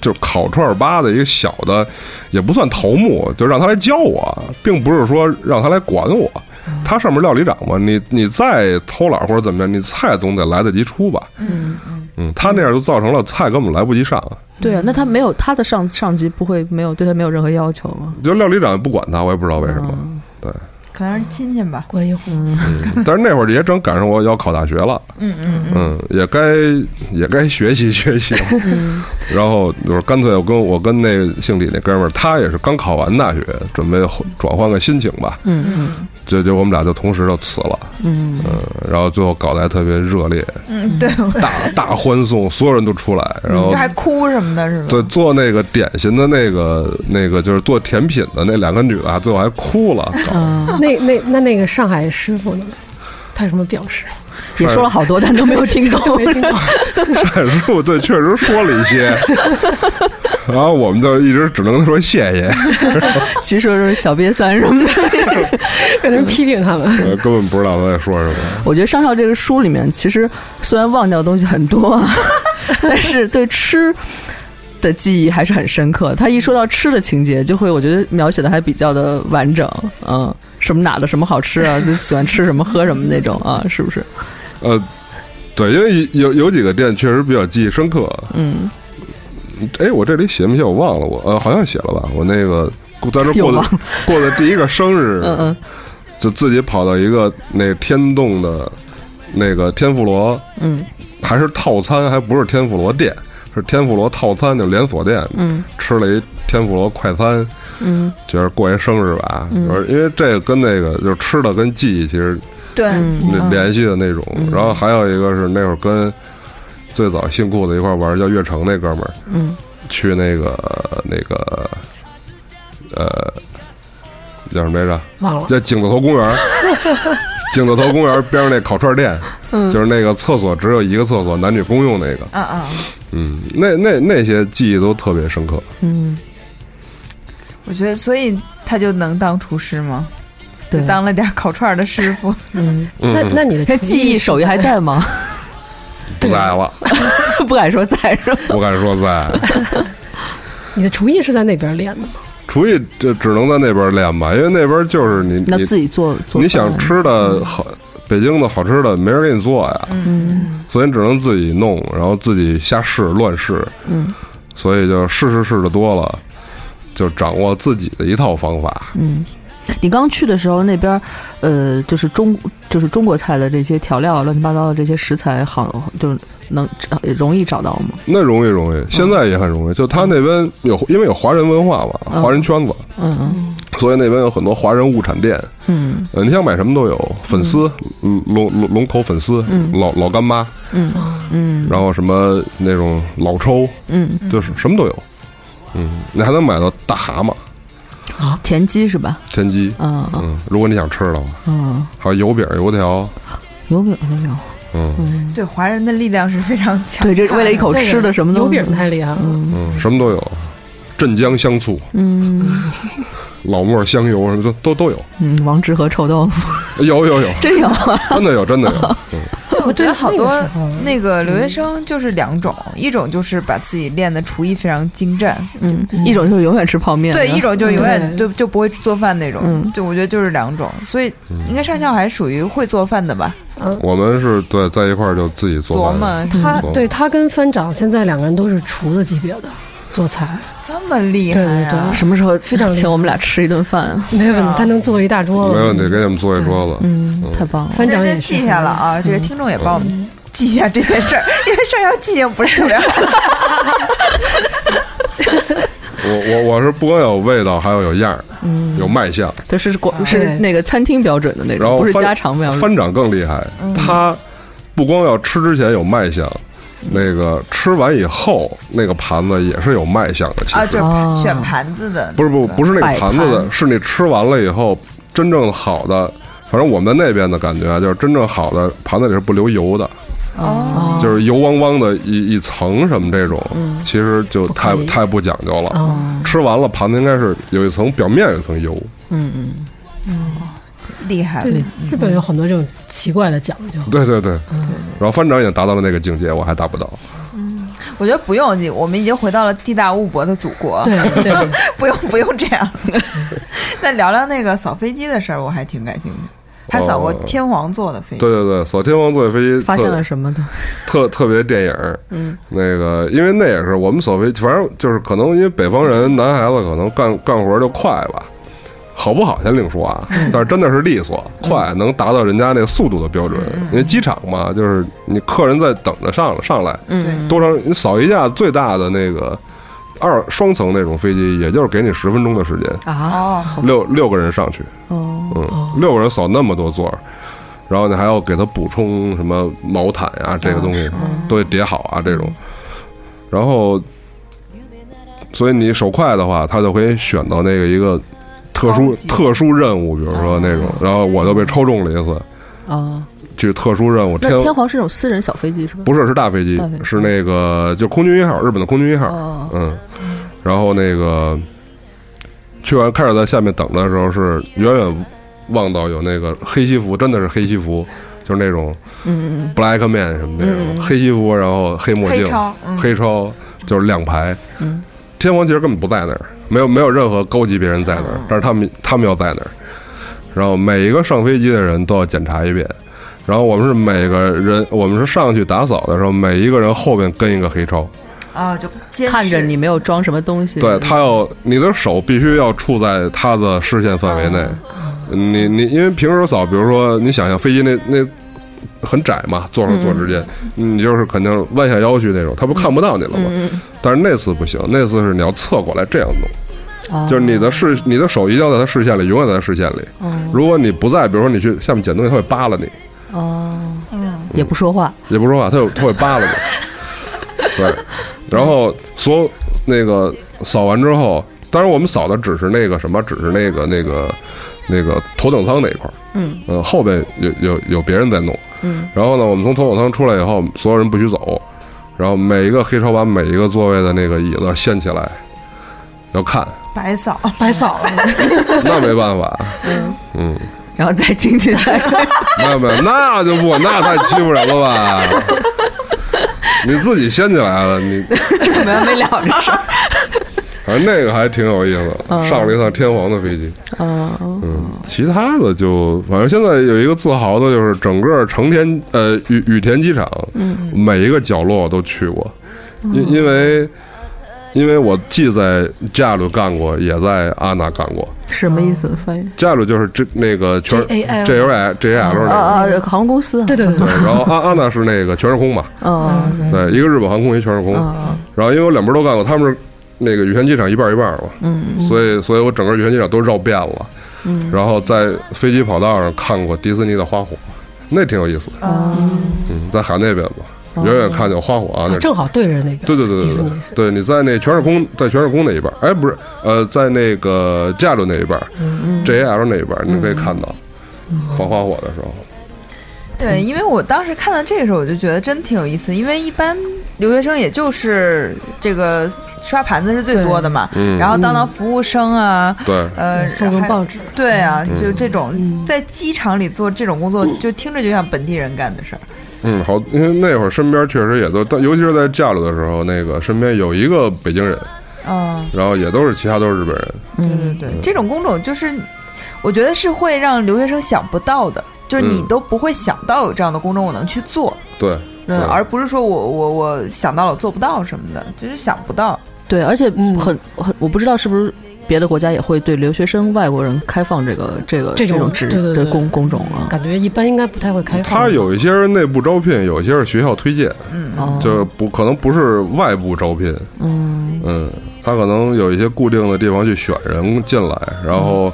就是烤串儿吧的一个小的，也不算头目，就让他来教我，并不是说让他来管我。他上面料理长嘛，你你再偷懒或者怎么样，你菜总得来得及出吧。嗯嗯，他那样就造成了菜根本来不及上，对啊，那他没有他的上上级不会没有对他没有任何要求吗？就料理长也不管他，我也不知道为嗯什么。可能是亲戚吧。关一户， 但是那会儿也正赶上我要考大学了，嗯嗯嗯，也该也该学习学习了。 嗯然后就是干脆我跟我跟那个姓李那哥们儿，他也是刚考完大学，准备换转换个心情吧。嗯嗯这就我们俩就同时就辞了，嗯，然后最后搞得还特别 热烈，嗯，对，大大欢送，所有人都出来，然后嗯这还哭什么的，是吧？哦对做那个点心的那个那个就是做甜品的那两个女的啊，最后还哭了，搞那那那那个上海师傅呢？他有什么表示？也说了好多，但都没有听 够。战术对，确实说了一些，然后我们就一直只能说谢谢。其实就是小瘪三什么的。有人批评他们，我根本不知道他在说什么。我觉得《上校》这个书里面，其实虽然忘掉的东西很多啊，但是对吃的记忆还是很深刻。他一说到吃的情节，就会我觉得描写的还比较的完整，嗯，什么哪的什么好吃啊，就喜欢吃什么喝什么那种啊，是不是？呃，对，因为有有几个店确实比较记忆深刻。嗯，哎，我这里写没写？我忘了，我呃好像写了吧。我那个在这又过的忘了过的第一个生日，嗯嗯就自己跑到一个那天洞的那个天妇罗，嗯，还是套餐，还不是天妇罗店，是天妇罗套餐，就连锁店，嗯吃了一天妇罗快餐，嗯觉得过一生日吧，就是因为这个跟那个就是吃的跟记忆其实对，那嗯联系的那种。然后还有一个是那会儿跟最早新裤子一块儿玩儿叫岳成那哥们儿，嗯，去那个那个呃叫什么来着？忘了。叫井字头公园儿，井字头公园儿边上那烤串店，就是那个厕所只有一个厕所，男女公用那个。嗯嗯，嗯，那那那些记忆都特别深刻。嗯，我觉得，所以他就能当厨师吗？对就，当了点烤串儿的师傅。嗯，那那你的他厨记忆手艺还在吗？不在了，不敢说在是吧？不敢说在，你的厨艺是在那边练的吗？厨艺这只能在那边练吧，因为那边就是你那你自己做做。啊你想？吃的好，北京的好吃的没人给你做呀，嗯所以你只能自己弄，然后自己瞎试乱试，嗯所以就试试试的多了，就掌握自己的一套方法。嗯。你刚去的时候，那边呃，就是中就是中国菜的这些调料啊，乱七八糟的这些食材好，就是能呃容易找到吗？那容易容易，现在也很容易。就他那边有，因为有华人文化嘛，嗯华人圈子，嗯所以那边有很多华人物产店。嗯呃，你想买什么都有，粉丝、嗯龙龙龙口粉丝、嗯老老干妈，嗯嗯然后什么那种老抽，嗯就是什么都有。嗯，你还能买到大蛤蟆、嗯，田鸡是吧？天鸡。嗯嗯嗯，如果你想吃的话，嗯，还有油饼、油哦条。油饼都有。嗯嗯，对，华人的力量是非常强对，大的。这为了一口吃的什么油都饼太啊厉害了，嗯嗯，什么都有，镇江香醋、嗯老莫香油什么都都都有，嗯，王致和臭豆腐，有有有，真有。真的有，真的有。 嗯。我觉得好多那个时候那个留学生就是两种，一种就是把自己练的厨艺非常精湛， 嗯，一种就是永远吃泡面的，对，一种就永远就就不会做饭那种。嗯就我觉得就是两种，所以应该上校还属于会做饭的吧？我们是对在一块儿就自己做琢饭磨他嗯对他跟番长现在两个人都是厨子级别的做菜，这么厉害啊！什么时候非常厉害请我们俩吃一顿饭啊？没问题，他能做一大桌没子，问题，给你们做一桌子。嗯，太棒了。番这长真也是记下了啊，这个听众也帮我们记一下这件事儿，因为上校记性不是特别好。我我我是不光有味道，还要有样儿，嗯有卖相。对，是国是对那个餐厅标准的那然种，后不是嗯翻家常标准。翻掌更厉害，他不光要吃之前有卖相，嗯那个吃完以后那个盘子也是有卖相的。其啊，实就哦选盘子的，不是不不是嗯那摆个盘子盘的，是你吃完了以后真正好的。反正我们那边的感觉啊，就是真正好的盘子里是不留油的，哦，哦嗯就是油汪汪的一一层什么这种，其实就不太可以太不讲究了。哦，吃完了盘子应该是有一层表面有一层油，嗯嗯，厉害对，日本有很多这种奇怪的讲究，对对对，然后翻掌也达到了那个境界，我还达不到。我觉得不用，我们已经回到了地大物博的祖国，对对， 不用不用这样。 那聊聊那个扫飞机的事儿，我还挺感兴趣。还扫过哦天皇座的飞机，对对对，扫天王座飞机发现了特什么的？特特别电影，嗯，那个因为那也是我们扫飞，反正就是可能因为北方人男孩子可能干干活就快吧，好不好先另说啊，但是真的是利索快，能达到人家那速度的标准。因为机场嘛，就是你客人在等着上上来，嗯多长你扫一架最大的那个二双层那种飞机，也就是给你十分钟的时间。啊哦，六六个人上去，哦，嗯，六个人扫那么多座儿，然后你还要给他补充什么毛毯啊，这个东西、都得叠好啊，这种。嗯然后，所以你手快的话，他就可以选到那个一个特高殊级特殊任务，比如说那种。然后我就被抽中了一次，哦，去特殊任务。那天天皇是那种私人小飞机是吧？不是是大飞机大飞，机是那个就空军一号，日本的空军一号。哦，嗯，然后那个去完开始在下面等的时候，是远远望到有那个黑西服，真的是黑西服，就是那种嗯 black man 什么那种、嗯黑西服，然后黑墨黑镜、超，嗯，黑超就是亮牌。嗯天皇其实根本不在那儿，没有没有任何高级别人在那儿，哦但是他们他们要在那儿。然后每一个上飞机的人都要检查一遍。然后我们是每个人，我们是上去打扫的时候，每一个人后边跟一个黑超，啊，就监嗯，视看着你，没有装什么东西。对他要你的手必须要处在他的视线范围内。嗯你你因为平时扫，比如说你想想飞机那那很窄嘛，坐上坐之间，你就是肯定弯下腰去那种，他不看不到你了吗？但是那次不行，那次是你要侧过来这样弄，哦就是你的视你的手一定要在他视线里，永远在他视线里。如果你不在，比如说你去下面捡东西，他会扒拉你，哦，嗯也不说话，也不说话，他有他会扒拉你。对，然后所有那个扫完之后，当然我们扫的只是那个什么，只是那个那个那个头等舱那一块儿，嗯，呃，后边有有有别人在弄，嗯，然后呢，我们从头等舱出来以后，所有人不许走，然后每一个黑超把每一个座位的那个椅子掀起来。要看，白扫，白扫了，那没办法，嗯然后再进去再没有没有，那就不，那太欺负人了吧？你自己掀起来了，你 没完没了这事儿。啊，反正那个还挺有意思的，嗯上了一趟天皇的飞机。哦，嗯，其他的就反正现在有一个自豪的就是整个成田呃羽羽田机场，每一个角落我都去过，因因为因为我既在加鲁干过，也在阿那干过。什么意嗯思？翻译加鲁就是这那个全 J A L J L I J L 啊那个，啊，航空公司啊，对对对对，然后阿阿那是那个全日空嘛，哦，嗯对，一个日本航空，一全日空。哦，然后因为我两边都干过，他们是那个羽田机场一半儿一半儿嘛，嗯，所以所以我整个羽田机场都绕遍了，嗯，然后在飞机跑道上看过迪士尼的花火，那挺有意思的，嗯，在海那边嘛，远远看见花火啊，那正好对着那边，对对对迪对士对尼，对你在那全日空，在全日空那一半儿，哎，不是，呃，在那个加州那一半儿，J L 那一半儿，你可以看到放花火的时候， 对，因为我当时看到这个时候，我就觉得真挺有意思，因为一般留学生也就是这个刷盘子是最多的嘛，嗯然后当当服务生啊，对，呃，送份还报纸，对啊，嗯就这种在机场里做这种工作，就听着就像本地人干的事儿。嗯，好，因为那会儿身边确实也都，但尤其是在加州的时候，那个身边有一个北京人，嗯，然后也都是其他都是日本人，嗯对对对，这种工种就是我觉得是会让留学生想不到的，就是你嗯都不会想到有这样的工种我能去做，对，嗯，嗯而不是说我我我想到了做不到什么的，就是想不到。对，而且嗯嗯很很，我不知道是不是别的国家也会对留学生外国人开放这个这个这种种职对对的对工工种啊。感觉一般应该不太会开放。他有一些是内部招聘，有一些是学校推荐，嗯哦，就不可能不是外部招聘，嗯嗯，他可能有一些固定的地方去选人进来，然后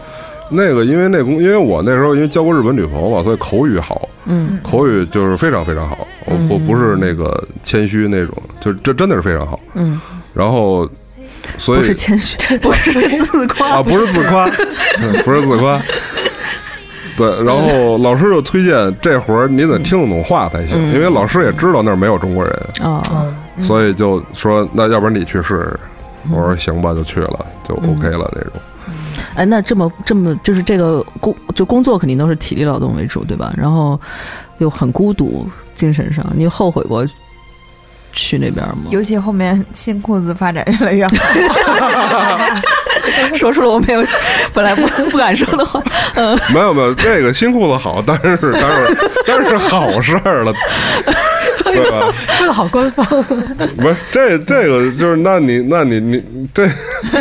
那个因为那工，因为我那时候因为交过日本女朋友嘛，所以口语好，嗯，口语就是非常非常好，我我不是那个谦虚那种，就这真的是非常好，嗯，然后所不以是谦 虚，不是自夸啊，不是自夸， 嗯不是自夸。对，然后老师就推荐这活儿你得听得懂话才行，嗯因为老师也知道那儿没有中国人，啊，嗯所以就说那要不然你去试试。我说行吧，就去了，就 OK 了那种。哎，那这么这么就是这个工就工作肯定都是体力劳动为主，对吧？然后又很孤独，精神上，你后悔过去那边吗？尤其后面新裤子发展越来越好， 说出了我没有本来不不敢说的话，没有没有，这个新裤子好，但是但是但是好事儿 了，对吧？说的好官方， 不是这这个就是，那你那你你这，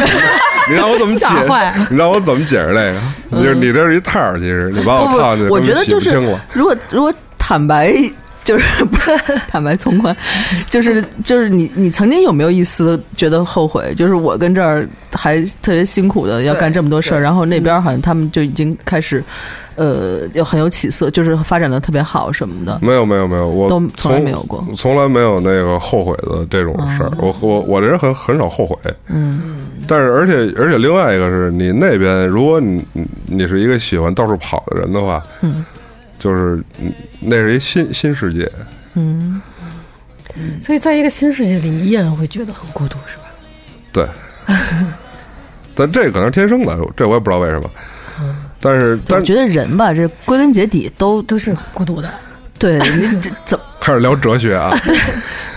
你让我怎么解吓坏了？你让我怎么解释这个？你就是你这是一套儿，其实你把我不不套进去，我觉得根本就是洗不清了。如果如果坦白，就是 不是坦白从宽，就是就是你你曾经有没有一丝觉得后悔？就是我跟这儿还特别辛苦的要干这么多事儿，对嗯然后那边好像他们就已经开始，呃，有很有起色，就是发展的特别好什么的，没有没有没有，我都从从来没有哦过从来没有那个后悔的这种事儿。我我我这人很很少后悔，嗯但是而且而且另外一个是你那边，如果你你你是一个喜欢到处跑的人的话，嗯，就是嗯那是一新新世界，嗯，所以在一个新世界里，你依然会觉得很孤独，是吧？对。 但这可能是天生的，这我也不知道为什么。嗯但是我但觉得人吧，这归根结底都都是孤 独的，对你这怎开始聊哲学啊，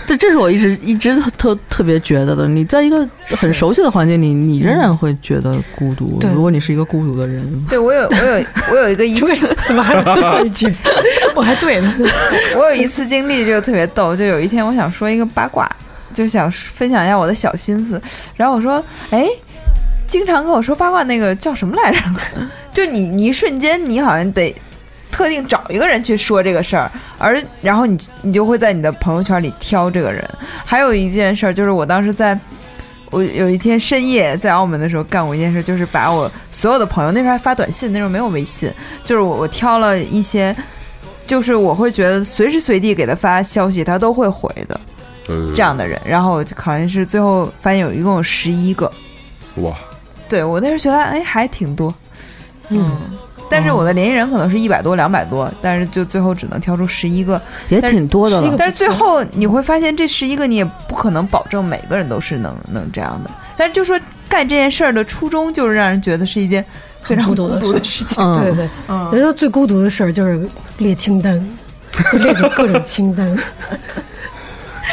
这这是我一直一直特特别觉得的。你在一个很熟悉的环境里，你仍然会觉得孤独。对如果你是一个孤独的人，对我有我有我有一个一次怎么还一句？我还对呢，嗯 我有一次经历就特别逗，就有一天我想说一个八卦，就想分享一下我的小心思，然后我说，哎，经常跟我说八卦那个叫什么来着？ 就你你一瞬间你好像得特定找一个人去说这个事儿，而然后你你就会在你的朋友圈里挑这个人。还有一件事儿就是我当时在。我有一天深夜在澳门的时候干过一件事，就是把我所有的朋友，那时候还发短信，那时候没有微信，就是我我挑了一些就是我会觉得随时随地给他发消息，他都会回的呃这样的人。然后我就好像是最后发现有一共有十一个，哇，对我那时候觉得哎还挺多，嗯，但是我的联系人可能是一百多、两百多，但是就最后只能挑出十一个。也挺多的是一了个。但是最后你会发现这十一个你也不可能保证每个人都是能能这样的。但是就说干这件事儿的初衷就是让人觉得是一件非常很孤孤独的独的事事情。对嗯，对。嗯人说最孤独的事儿就是列清单，就列个各 种清单。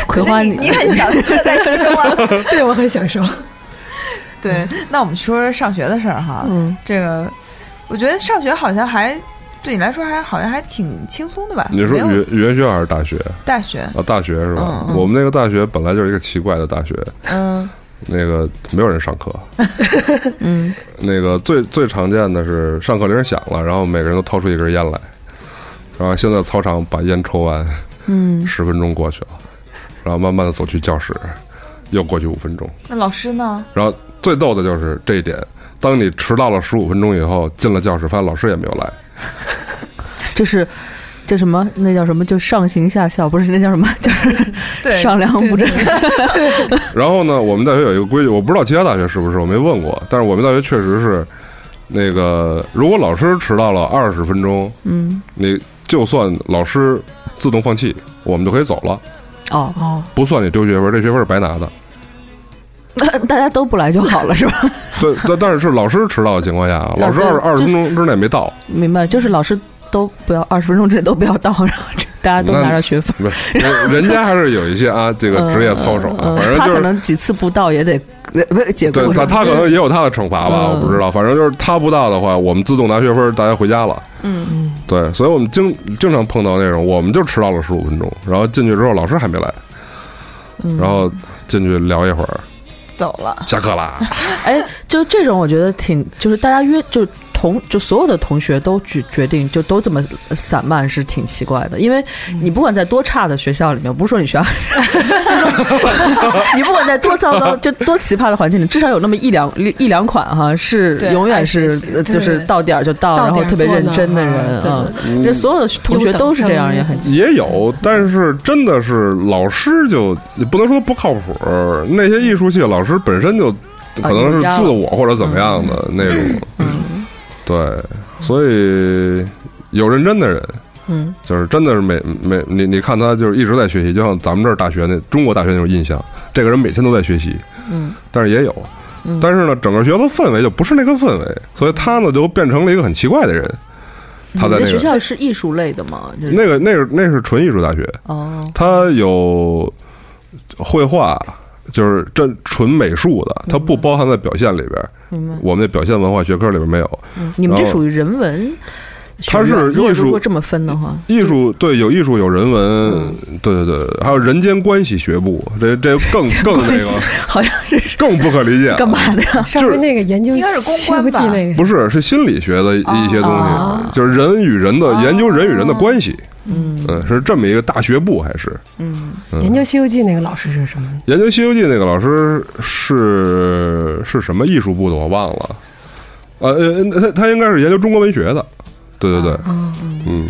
葵花 你你很享受在其中啊。对我很享受。 对，那我们说说上学的事儿哈。嗯，这个，我觉得上学好像还对你来说还好像还挺轻松的吧？你说没有语语言学校还是大学大学，啊？大学是吧？嗯嗯我们那个大学本来就是一个奇怪的大学，嗯那个没有人上课，嗯，那个最最常见的是上课铃响了，然后每个人都掏出一根烟来，然后先在操场把烟抽完，嗯，十分钟过去了，然后慢慢的走去教室，又过去五分钟，那老师呢？然后最逗的就是这一点，当你迟到了十五分钟以后，进了教室发现老师也没有来，这是这什么？那叫什么？就上行下效，不是那叫什么？就是对，上梁不正。然后呢，我们大学有一个规矩，我不知道其他大学是不是，我没问过。但是我们大学确实是，那个如果老师迟到了二十分钟，嗯，你就算老师自动放弃，我们就可以走了，哦，哦，不算你丢学分，这学分是白拿 的。那大家都不来就好了，是吧？对，但但是是老师迟到的情况下，老师二对二十分钟之内没到，明白，就是老师都不要二十分钟之内都不要到，然后这大家都拿着学分。不是人人家还是有一些啊这个职业操守啊，嗯嗯嗯反正他就可是。能几次不到也得 呃不是解对雇他，上。他可能嗯也有他的惩罚吧，嗯我不知道。反正就是他不到的话，我们自动拿学分，大家回家了。嗯，对，所以我们经经常碰到那种，我们就迟到了十五分钟，然后进去之后老师还没来，嗯然后进去聊一会儿，走了，下课啦。哎，就这种我觉得挺，就是大家约就同就所有的同学都决决定就都这么散漫是挺奇怪的，因为你不管在多差的学校里面，不是说你学校， 就是你不管在多糟 糕就多奇葩的环境里，至少有那么一两一两款哈是对永爱远学是习呃就是对到点儿就到，到然后点儿特别坐认那真的儿人真啊的，这所有的同学都是这样，也很奇也有，但是真的是老师就你不能说不靠谱，那些艺术系老师本身就啊可能是自我或者怎么样嗯的那种，对，所以有认真的人。嗯，就是真的是每每你你看他就是一直在学习，就像咱们这儿大学那中国大学那种印象，这个人每天都在学习，嗯，但是也有，嗯但是呢，整个学校的氛围就不是那个氛围，所以他呢就变成了一个很奇怪的人。他你在那们嗯学个校是艺术类的吗？就是那个那个那是纯艺术大学，哦，它有绘画，就是这纯美术的，它不包含在表现里边儿。明白。我们那表现文化学科里边没有嗯你们这然后属于人文学它院，是如果艺术如果这么分的话，艺术，对，有艺术有人文，嗯对对对，还有人间关系学部，这这更 更那个啊好像是更不可理解了。干嘛的呀？上回那个研究应该是公西关游记吧那个不是，是心理学的一一些东哦西，就是人与人的研究，人与人的关系，嗯嗯，是这么一个大学部，还是嗯，嗯研究《西游记》那个老师是什么？研究《西游记》那个老师是是什么艺术部的，我忘了。呃呃，他他应该是研究中国文学的，对对对，哦嗯，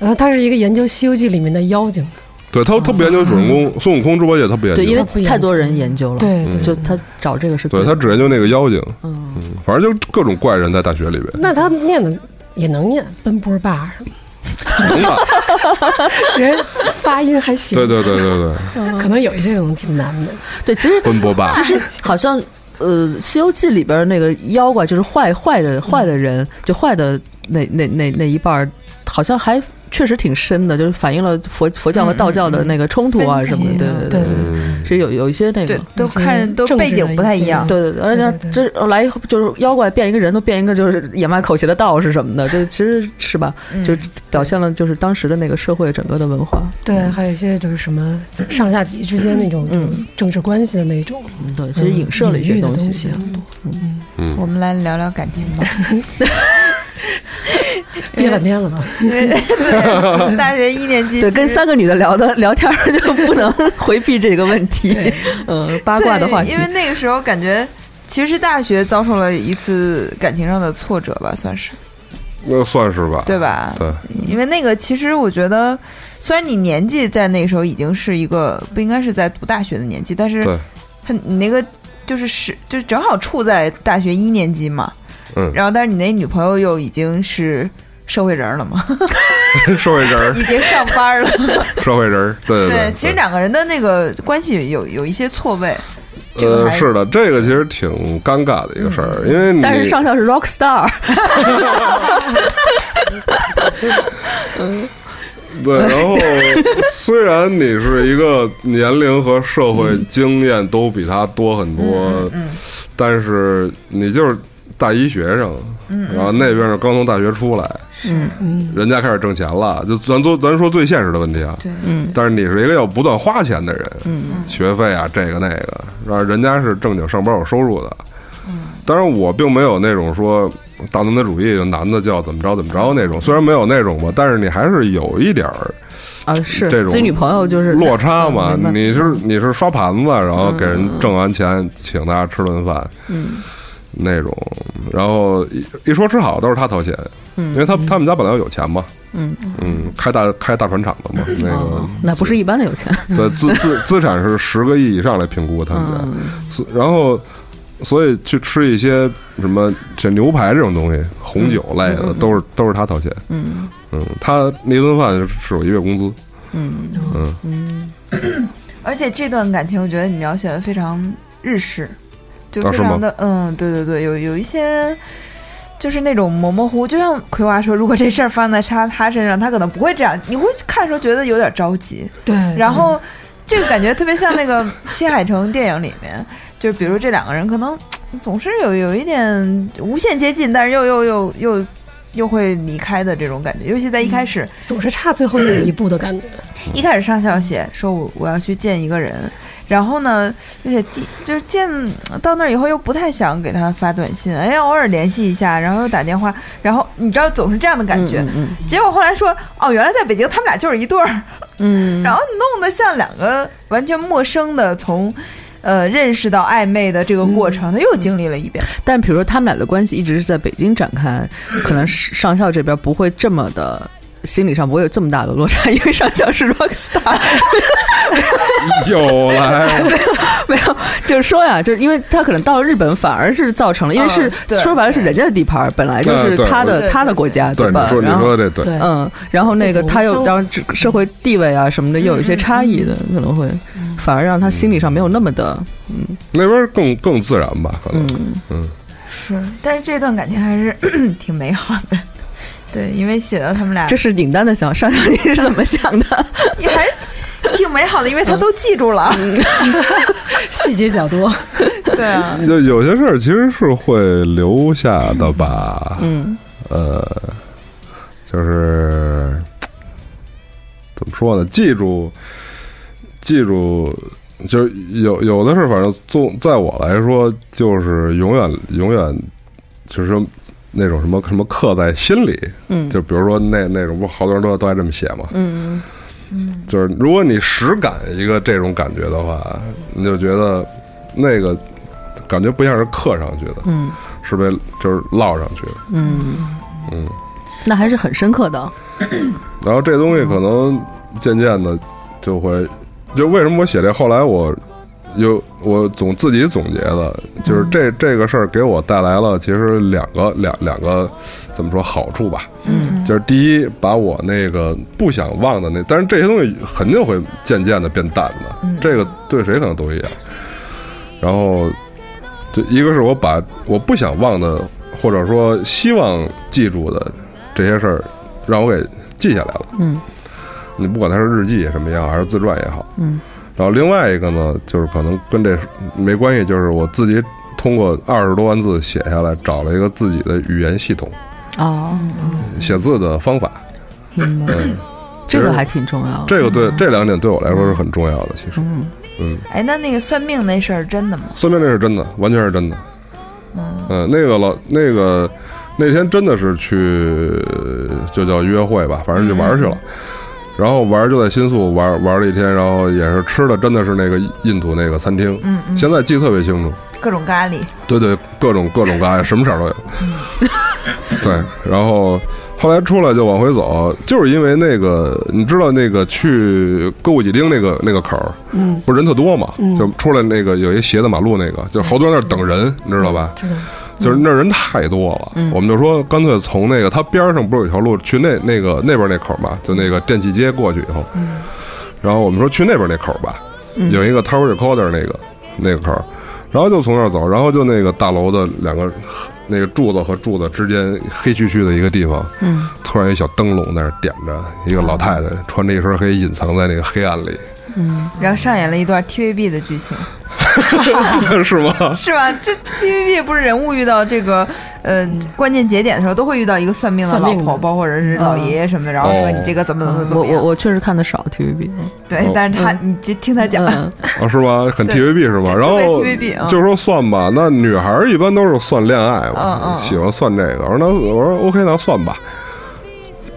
然呃后他是一个研究《西游记》里面的妖精。对他他不研究主人公孙悟空、猪八戒，他不研哦对，因究，它不为一样太多人研究了，对对，就他找这个是嗯对的他只研究那个妖精，嗯，嗯反正就各种怪人在大学里边，那他念的也能念奔波霸什么能吧？的，人发音还行对，对对对对，可能有一些可能挺难的。对，其实奔波吧其，实好像呃，《西游记》里边那个妖怪就是坏坏的坏的人，就坏的那那那那一半儿，好像还确实挺深的，就是反映了佛佛教和道教的那个冲突啊嗯嗯嗯什么的，对分歧对对对嗯对，是有有一些那对个。，都看着都政治背景不太一样，对的对对，而且对对这来一就是妖怪变一个人，都变一个就是野蛮口邪的道士什么的，就其实是吧，嗯就表现了就是当时的那个社会整个的文化。对，还有一些就是什么上下级之间那种嗯政治关系的那种，嗯，对，其实影射了一隐些喻的东东啊西。啊嗯很多。我们来聊聊感情 吧，憋半天了吧？哎因为对大学一年级对，其跟实三个女的聊的聊天儿就不能回避这个问题，嗯，八卦的话对题因。为那个时候感觉。其实大学遭受了一次感情上的挫折吧，算是那算是吧，对吧？啊对，因为那个其实我觉得，虽然你年纪在那个时候已经是一个不应该是在读大学的年纪，但是对他你那个就是是就是正好处在大学一年级嘛，嗯然后但是你那女朋友又已经是社会人儿了 嘛，社会人儿，已经上班了，社会人儿，对对，其实两个人的那个关系有有一些错位，这个呃，还是的，这个其实挺尴尬的一个事儿，因为你但是上校是 rock star， 对，然后虽然你是一个年龄和社会经验都比他多很多，但是你就是大一学生，然后那边是刚从大学出来，嗯，人家开始挣钱了，就咱做咱说最现实的问题啊，对，但是你是一个要不断花钱的人，学费啊这个那个，然后人家是正经上班有收入的，当然我并没有那种说大男子主义，就男的叫怎么着怎么着那种，虽然没有那种吧，但是你还是有一点儿。啊，是这种自己女朋友就是落差嘛，嗯明白你是你是刷盘子，然后给人挣完钱，请大家吃顿饭，嗯那种，然后一一说吃好都是他掏钱，因为他他们家本来有钱嘛，嗯嗯，开大开大船厂的嘛，那哦个，那不是一般的有钱，对资资资产是十个亿以上来评估他们家，嗯所然后，所以去吃一些什么这牛排这种东西、红酒类的，都是都是他掏钱。嗯他那顿饭是我一月工资。而且这段感情，我觉得你描写的非常日式，就啊非是吗常的、嗯，对对对，有有一些就是那种模模糊糊，就像葵花说，如果这事儿发生在他他身上，他可能不会这样，你会看的时候觉得有点着急，对。然后这个感觉特别像那个新海诚电影里面，就是比如这两个人可能嘖总是有有一点无限接近，但是又又又又又会离开的这种感觉，尤其在一开始，总是差最后那一步的感觉。一开始上校写说我我要去见一个人，然后呢，而且第就是见到那儿以后又不太想给他发短信，哎，偶尔联系一下，然后又打电话，然后你知道总是这样的感觉。嗯结果后来说哦，原来在北京他们俩就是一对儿，嗯，然后弄得像两个完全陌生的从。呃，认识到暧昧的这个过程，他嗯又经历了一遍。但比如说他们俩的关系一直是在北京展开，可能是上校这边不会这么的。心理上不会有这么大的落差，因为上校是 rock star， 又来，没有，就是说呀，就是因为他可能到了日本反而是造成了，因为是、哦嗯对说白了是人家的地盘儿，本来就是嗯对他的、对他的国家，对你吧？说你然后说的这对，对，嗯，然后那个那种他又相让这社会地位啊什么的又有一些差异的，可能会嗯反而让他心理上没有那么的，那边更更自然吧，可能。嗯，是，但是这段感情还是 咳咳挺美好的。对，因为写到他们俩这是尹丹的想，上校你是怎么想的？也还是挺美好的，因为他都记住了。细节较多， 对啊，就有些事儿其实是会留下的吧，嗯呃，就是怎么说呢？记住，记住，就是有有的事，反正做在我来说，就是永远永远就是那种什么什么刻在心里。嗯就比如说那那种，不好多人都都爱这么写嘛。嗯就是如果你实感一个这种感觉的话，你就觉得那个感觉不像是刻上去的，嗯是被就是烙上去的。嗯嗯，那还是很深刻的，然后这东西可能渐渐的就会，就为什么我写这，后来我有我总自己总结的，就是这这个事儿给我带来了其实两个两两个怎么说好处吧，嗯，就是第一把我那个不想忘的那，但是这些东西肯定会渐渐的变淡的，嗯这个对谁可能都一样。然后，就一个是我把我不想忘的，或者说希望记住的这些事儿，让我给记下来了。嗯，你不管它是日记也什么样，还是自传也好，嗯。然后另外一个呢，就是可能跟这没关系，就是我自己通过二十多万字写下来，找了一个自己的语言系统、哦，写字的方法。明白，嗯， 这个还挺重要的，这个对这两点对我来说是很重要的。其实，嗯嗯，哎，那那个算命那事儿真的吗？算命那是真的，完全是真的。嗯嗯，那个老那个那天真的是去就叫约会吧，反正就玩儿去嗯了。然后玩儿就在新宿玩儿玩儿了一天，然后也是吃的真的是那个印度那个餐厅，嗯嗯，现在记得特别清楚。各种咖喱，对对，各种各种各样，什么色儿都有。对，然后后来出来就往回走，就是因为那个，你知道那个去歌舞伎町那个那个口儿，嗯，不是人特多嘛，嗯就出来那个有一斜的马路那个，就好多人在那儿等人，你知道吧？嗯知道。就是那儿人太多了，嗯我们就说干脆从那个它边儿上不是有一条路去那那个那边那口儿嘛，就那个电器街过去以后，嗯然后我们说去那边那口儿吧，嗯有一个 Tower Recorder 那个那个口儿，然后就从那儿走，然后就那个大楼的两个那个柱子和柱子之间黑黢黢的一个地方，嗯，哦突然有一小灯笼在那儿点着，一个老太太穿着一身黑，隐藏在那个黑暗 里，然后上演了一段 TVB 的剧情，啊 是吗？是吧？这 TVB 不是人物遇到这个呃关键节点的时候，都会遇到一个算命的算老命的婆婆或者是老爷爷什么的，然后说哦你这个怎么怎么怎嗯我么样。我我确实看的少 TVB，对，但是他你就听他讲，嗯，啊，是吗？很对 TVB 是吧？这然后特别 TVB 啊就说算吧，那女孩儿一般都是算恋爱嘛嗯嗯，嗯喜欢算这个。我说那我说 OK，那算吧。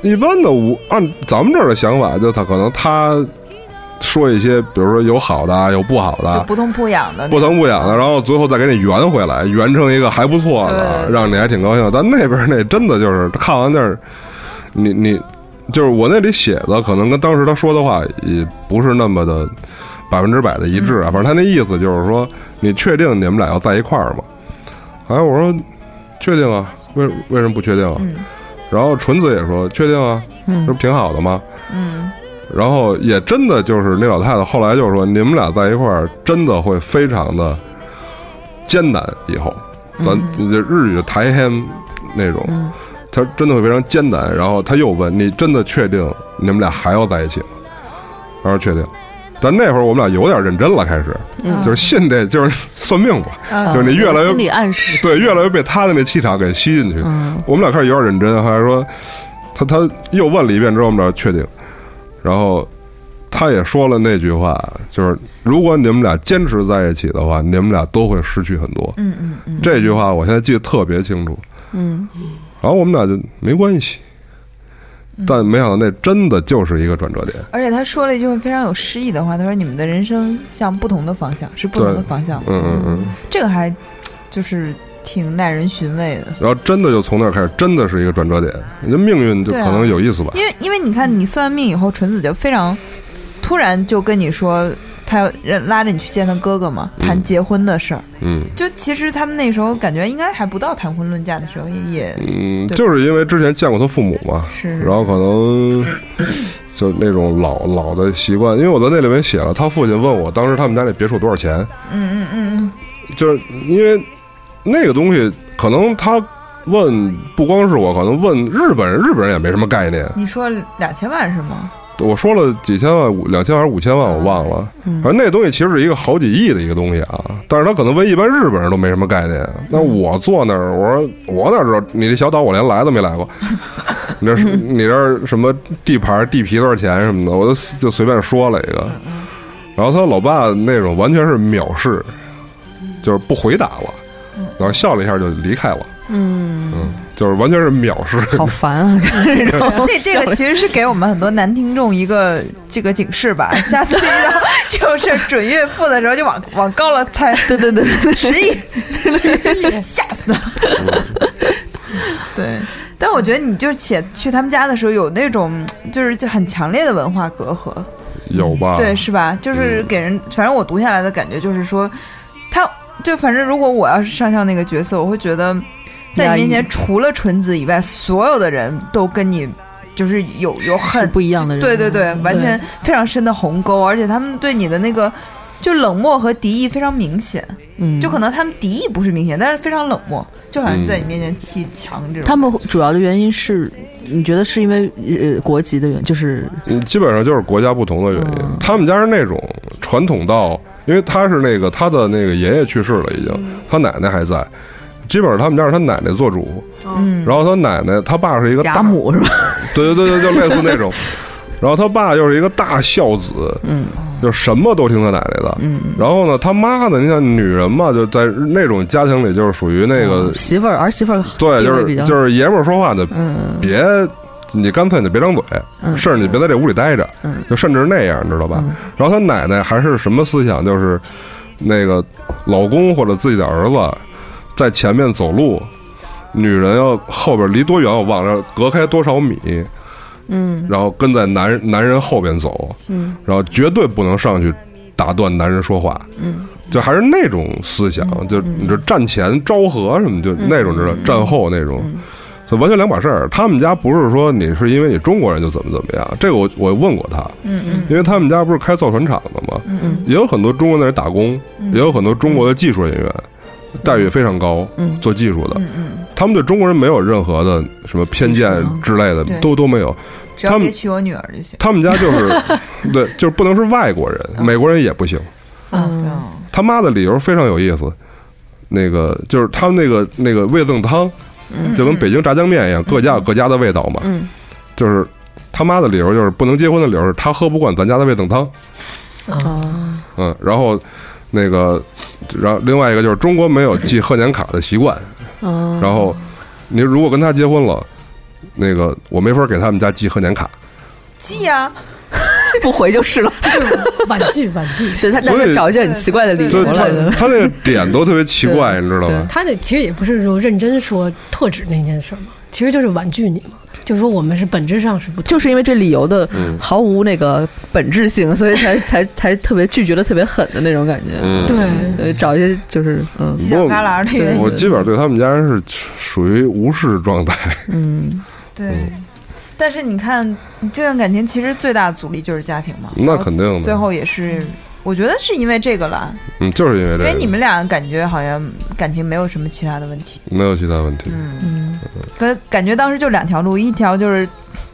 一般的我按咱们这儿的想法，就他可能他说一些，比如说有好的，啊有不好就的，不痛不痒的那不种。疼不痒的，然后最后再给你圆回来，圆成一个还不错对的，对啊让你还挺高兴。但那边那真的就是看完那儿，你你就是我那里写的，可能跟当时他说的话也不是那么的百分之百的一致啊。反正他那意思就是说，你确定你们俩要在一块儿吗？哎，我说确定啊，为为什么不确定啊？嗯然后纯子也说确定啊，这不挺好的吗？嗯，然后也真的就是那老太太后来就说，你们俩在一块儿真的会非常的艰难，以后嗯咱这日语台hem 那种，她真的会非常艰难。然后她又问你真的确定你们俩还要在一起吗？然后确定。但那会儿我们俩有点认真了，开始嗯就是信这就是算命吧，嗯就是你越来越心理暗示，对，越来越被他的那气场给吸进去。嗯，我们俩开始有点认真，后来说他他又问了一遍之后，我们俩确定，然后他也说了那句话，就是如果你们俩坚持在一起的话，你们俩都会失去很多。嗯嗯嗯，这句话我现在记得特别清楚。嗯，然后我们俩就没关系，但没想到那真的就是一个转折点。而且他说了一句非常有诗意的话，他说：“你们的人生向不同的方向，是不同的方向。嗯嗯嗯，”这个还就是挺耐人寻味的，然后真的就从那儿开始，真的是一个转折点。那命运就对啊可能有意思吧。因为因为你看，你算完命以后，纯子就非嗯常突然就跟你说，他要让拉着你去见他哥哥嘛，谈结婚的事儿。嗯。就其实他们那时候感觉应该还不到谈婚论嫁的时候，也也嗯，对就是因为之前见过他父母嘛，是然后可能就那种老老的习惯，因为我在那里面写了，他父亲问我当时他们家那别墅多少钱，嗯嗯嗯嗯，就是因为那个东西，可能他问不光是我，可能问日本人，日本人也没什么概念。你说两千万是吗？我说了几千万，五两千万还是五千万，我忘了。反正那东西其实是一个好几亿的一个东西啊，但是他可能问一般日本人都没什么概念。那我坐那儿，我说我哪知道你这小岛我连来都没来过，你这是你这儿什么地盘地皮多少钱什么的，我就就随便说了一个。然后他老爸那种完全是藐视，就是不回答了，然后笑了一下就离开了。嗯就是完全是藐视。好烦啊，这 种这这个其实是给我们很多男听众一个这个警示 吧，下次遇到这种事儿准岳父的时候就往往高了猜， 对对对，十亿，吓死他。对，但我觉得你就是且去他们家的时候有那种就是就很强烈的文化隔阂， 有吧？对，是吧？就是嗯给人，反正我读下来的感觉就是说，他就反正如果我要是上校那个角色，我会觉得，在压你抑面前除了纯子以外，所有的人都跟你就是有有很不一样的人，对对对，完全非常深的鸿沟，而且他们对你的那个就冷漠和敌意非常明显，嗯，就可能他们敌意不是明显，但是非常冷漠，就好像嗯在你面前砌墙这种。他们主要的原因是，你觉得是因为呃国籍的原因，就是嗯，基本上就是国家不同的原因。嗯他们家是那种传统到，因为他是那个他的那个爷爷去世了，已经，他奶奶还在。基本上他们家是他奶奶做主，嗯，然后他奶奶他爸是一个贾大，母是吧？ 对对对对，就类似 那种。然后他爸又是一个大孝子，嗯就什么都听他奶奶的。嗯，然后呢，他妈呢，你想女人嘛，就在那种家庭里就是属于那个，媳妇儿儿媳妇儿对，就地位比是较就是爷们儿说话的嗯别，你干脆你别张嘴，嗯甚至你别在这屋里待着，嗯就甚至是那样，你知道吧？嗯然后他奶奶还是什么思想，就是那个老公或者自己的儿子在前面走路，女人要后边离多远我忘了，隔开多少米，嗯然后跟在男人男人后边走，嗯然后绝对不能上去打断男人说话，嗯，就还是那种思想，嗯就你这战前昭和什么，就那种知道，战后那嗯种，就完全两码事儿。他们家不是说你是因为你中国人就怎么怎么样，这个我我问过他，嗯嗯因为他们家不是开造船厂的嘛，嗯也有很多中国人在那打工，也有很多中国的技术人员。待遇非常高，嗯做技术的，嗯嗯，啊他们对中国人没有任何的什么偏见之类的对，都都没有。只要他们别娶我女儿就行。他们家就是， 对，就是不能是外国人，嗯美国人也不行。对嗯，啊他妈的理由非常有意思，那个就是他们那个那个味增汤，就跟北京炸酱面一样，各家有各家的味道嘛。嗯，就是他妈的理由就是不能结婚的理由是他喝不惯咱家的味增汤。啊，嗯，然后那个，然后另外一个就是中国没有记贺年卡的习惯，然然后你如果跟他结婚了，那个我没法给他们家寄贺年卡，记呀， 不回就是了。婉拒婉拒。对他，但所以是找一些很奇怪的理就由对他来的。他那个点都特别奇怪，你知道吗？他那其实也不是说认真说特指那件事儿嘛，其实就是婉拒你嘛，就是说我们是本质上是不就是因为这理由的嗯毫无那个本质性，所以才 才才特别拒绝的特别狠的那种感觉。嗯对，对，呃找一些就是嗯犄啊角旮旯的原因。我基本上对他们家人是属于无视状态，嗯，对，但是你看，这段感情其实最大的阻力就是家庭嘛。那肯定的最后也是，我觉得是因为这个了，嗯，就是因为因这为你个，们俩感觉好像感情没有什么其他的问题。没有其他问题。嗯，可感觉当时就两条路，一条就是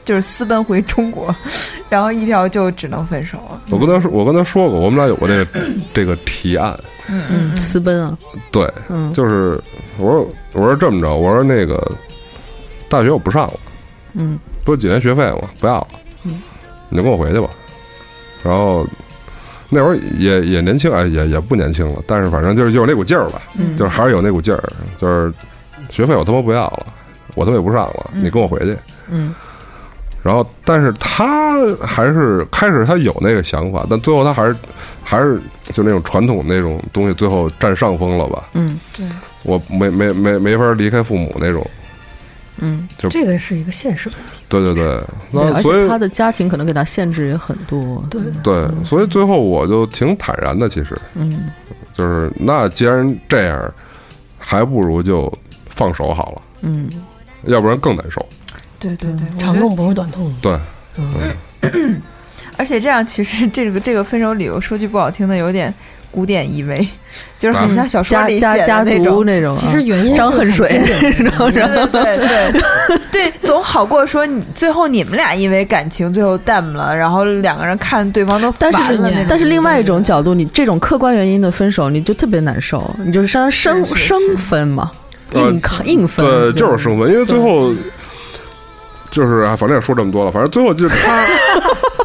就是私奔回中国， 然后一条就只能分手。我跟他说，我跟他说过，我们俩有过这个这个提案，嗯嗯，私奔啊，对，嗯就是我说我说这么着，我说那个大学我不上了，嗯，不是几年学费吗？不要了，你就跟我回去吧。然后那会儿也也年轻，哎，也也不年轻了，但是反正就是有那股劲儿吧，嗯就是还是有那股劲儿，就是学费我他妈不要了，我他妈也不上了，嗯你跟我回去。嗯然后，但是他还是开始他有那个想法，但最后他还是还是就那种传统那种东西，最后占上风了吧？嗯我没没没没法离开父母那种。嗯，这个是一个现实问题。对对对，对，那而所且以他的家庭可能给他限制也很多。嗯对，对，所以最后我就挺坦然的，其实嗯，就是那既然这样，还不如就放手好了，嗯要不然更难受。对对对，我觉嗯长得痛不如短痛。嗯对，而且这样其实这个这个分手理由，说句不好听的，有点古典意味， 就是很像小说嗯家里写家家的那族种。那种啊，其实原因张恨水是很经典 的然后对对对对 对，总好过说你最后你们俩因为感情最后淡了，然后两个人看对方都但烦是了那种但是另外一种角度，你这种客观原因的分手，你就特别难受，你就是生生是是生分嘛，呃硬抗硬分，对，就是生分，因为最后就是啊，反正也说这么多了，反正最后就是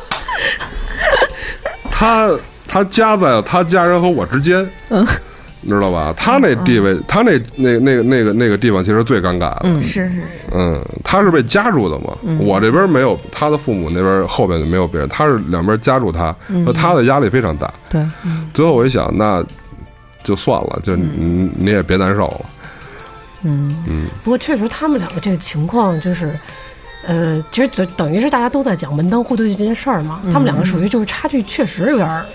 他，他他夹在他家人和我之间，嗯，你知道吧？他那地位，他那那那那个那个地方其实最尴尬的，嗯是是嗯，他是被夹住的嘛，我这边没有他的父母那边后边就没有别人，他是两边夹住他，那、他的压力非常大。对，最后我一想，那就算了，就你、你也别难受了，嗯不过确实他们两个这个情况就是。呃，其实等等于是大家都在讲门当户对这件事儿嘛，他们两个属于就是差距确实有点儿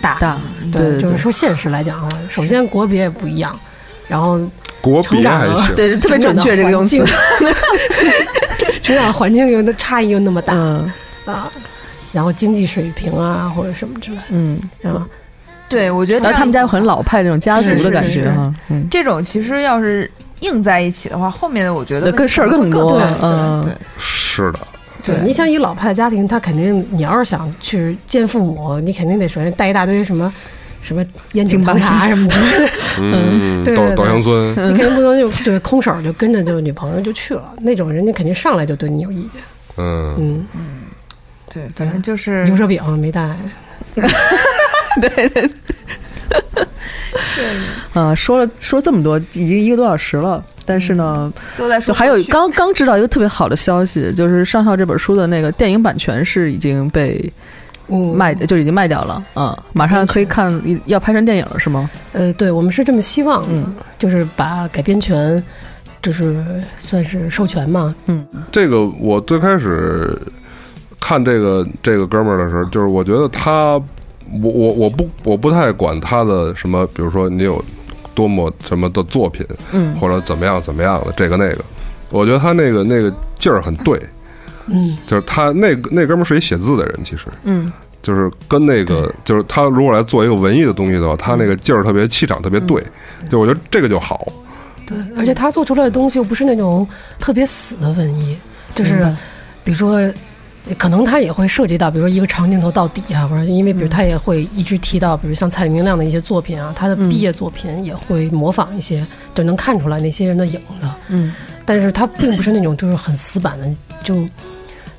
大，嗯大对对，对就是对说现实来讲啊，首先国别也不一样，然后国别还成长行 了。对，特别准确这个用词成，成长环境又那差异又那么大、嗯啊，然后经济水平啊或者什么之类嗯，的啊，对，我觉得这而样他们家又很老派那种家族的感是觉是是哈，嗯，这种其实要是硬在一起的话，后面的我觉对得更事儿更多对嗯对是的，对你想一老派家庭，他肯定你要是想去见父母，你肯定得首先带一大堆什么什么烟酒糖茶什么的，嗯，对稻对稻香村， 你肯定不能就对空手就跟着就女朋友就去了，那种人家肯定上来就对你有意见，嗯，嗯，对，反正就是牛舌饼没带，啊，说了说这么多，已经一个多小时了，但是呢，都在就嗯说还有过去刚刚知道一个特别好的消息，就是《上校》这本书的那个电影版权是已经被嗯，卖，就已经卖掉了，嗯，马上可以看，要拍成电影了是吗？呃，对我们是这么希望的，嗯就是把改编权，就是算是授权嘛，这个我最开始看这个这个哥们儿的时候，就是我觉得他，我我我不我不太管他的什么，比如说你有多么什么的作品，嗯或者怎么样怎么样的这个那个，我觉得他那个那个劲儿很对，嗯，就是他那个那哥们儿是一写字的人，其实，嗯，就是跟那个，就是他如果来做一个文艺的东西的话，他那个劲儿特别，气场特别对，嗯就我觉得这个就好。对，而且他做出来的东西又不是那种特别死的文艺，就是比如说，可能他也会涉及到，比如说一个长镜头到底啊，或者因为比如他也会一直提到，比如像蔡明亮的一些作品啊，他的毕业作品也会模仿一些，就能看出来那些人的影子。嗯，但是他并不是那种就是很死板的，就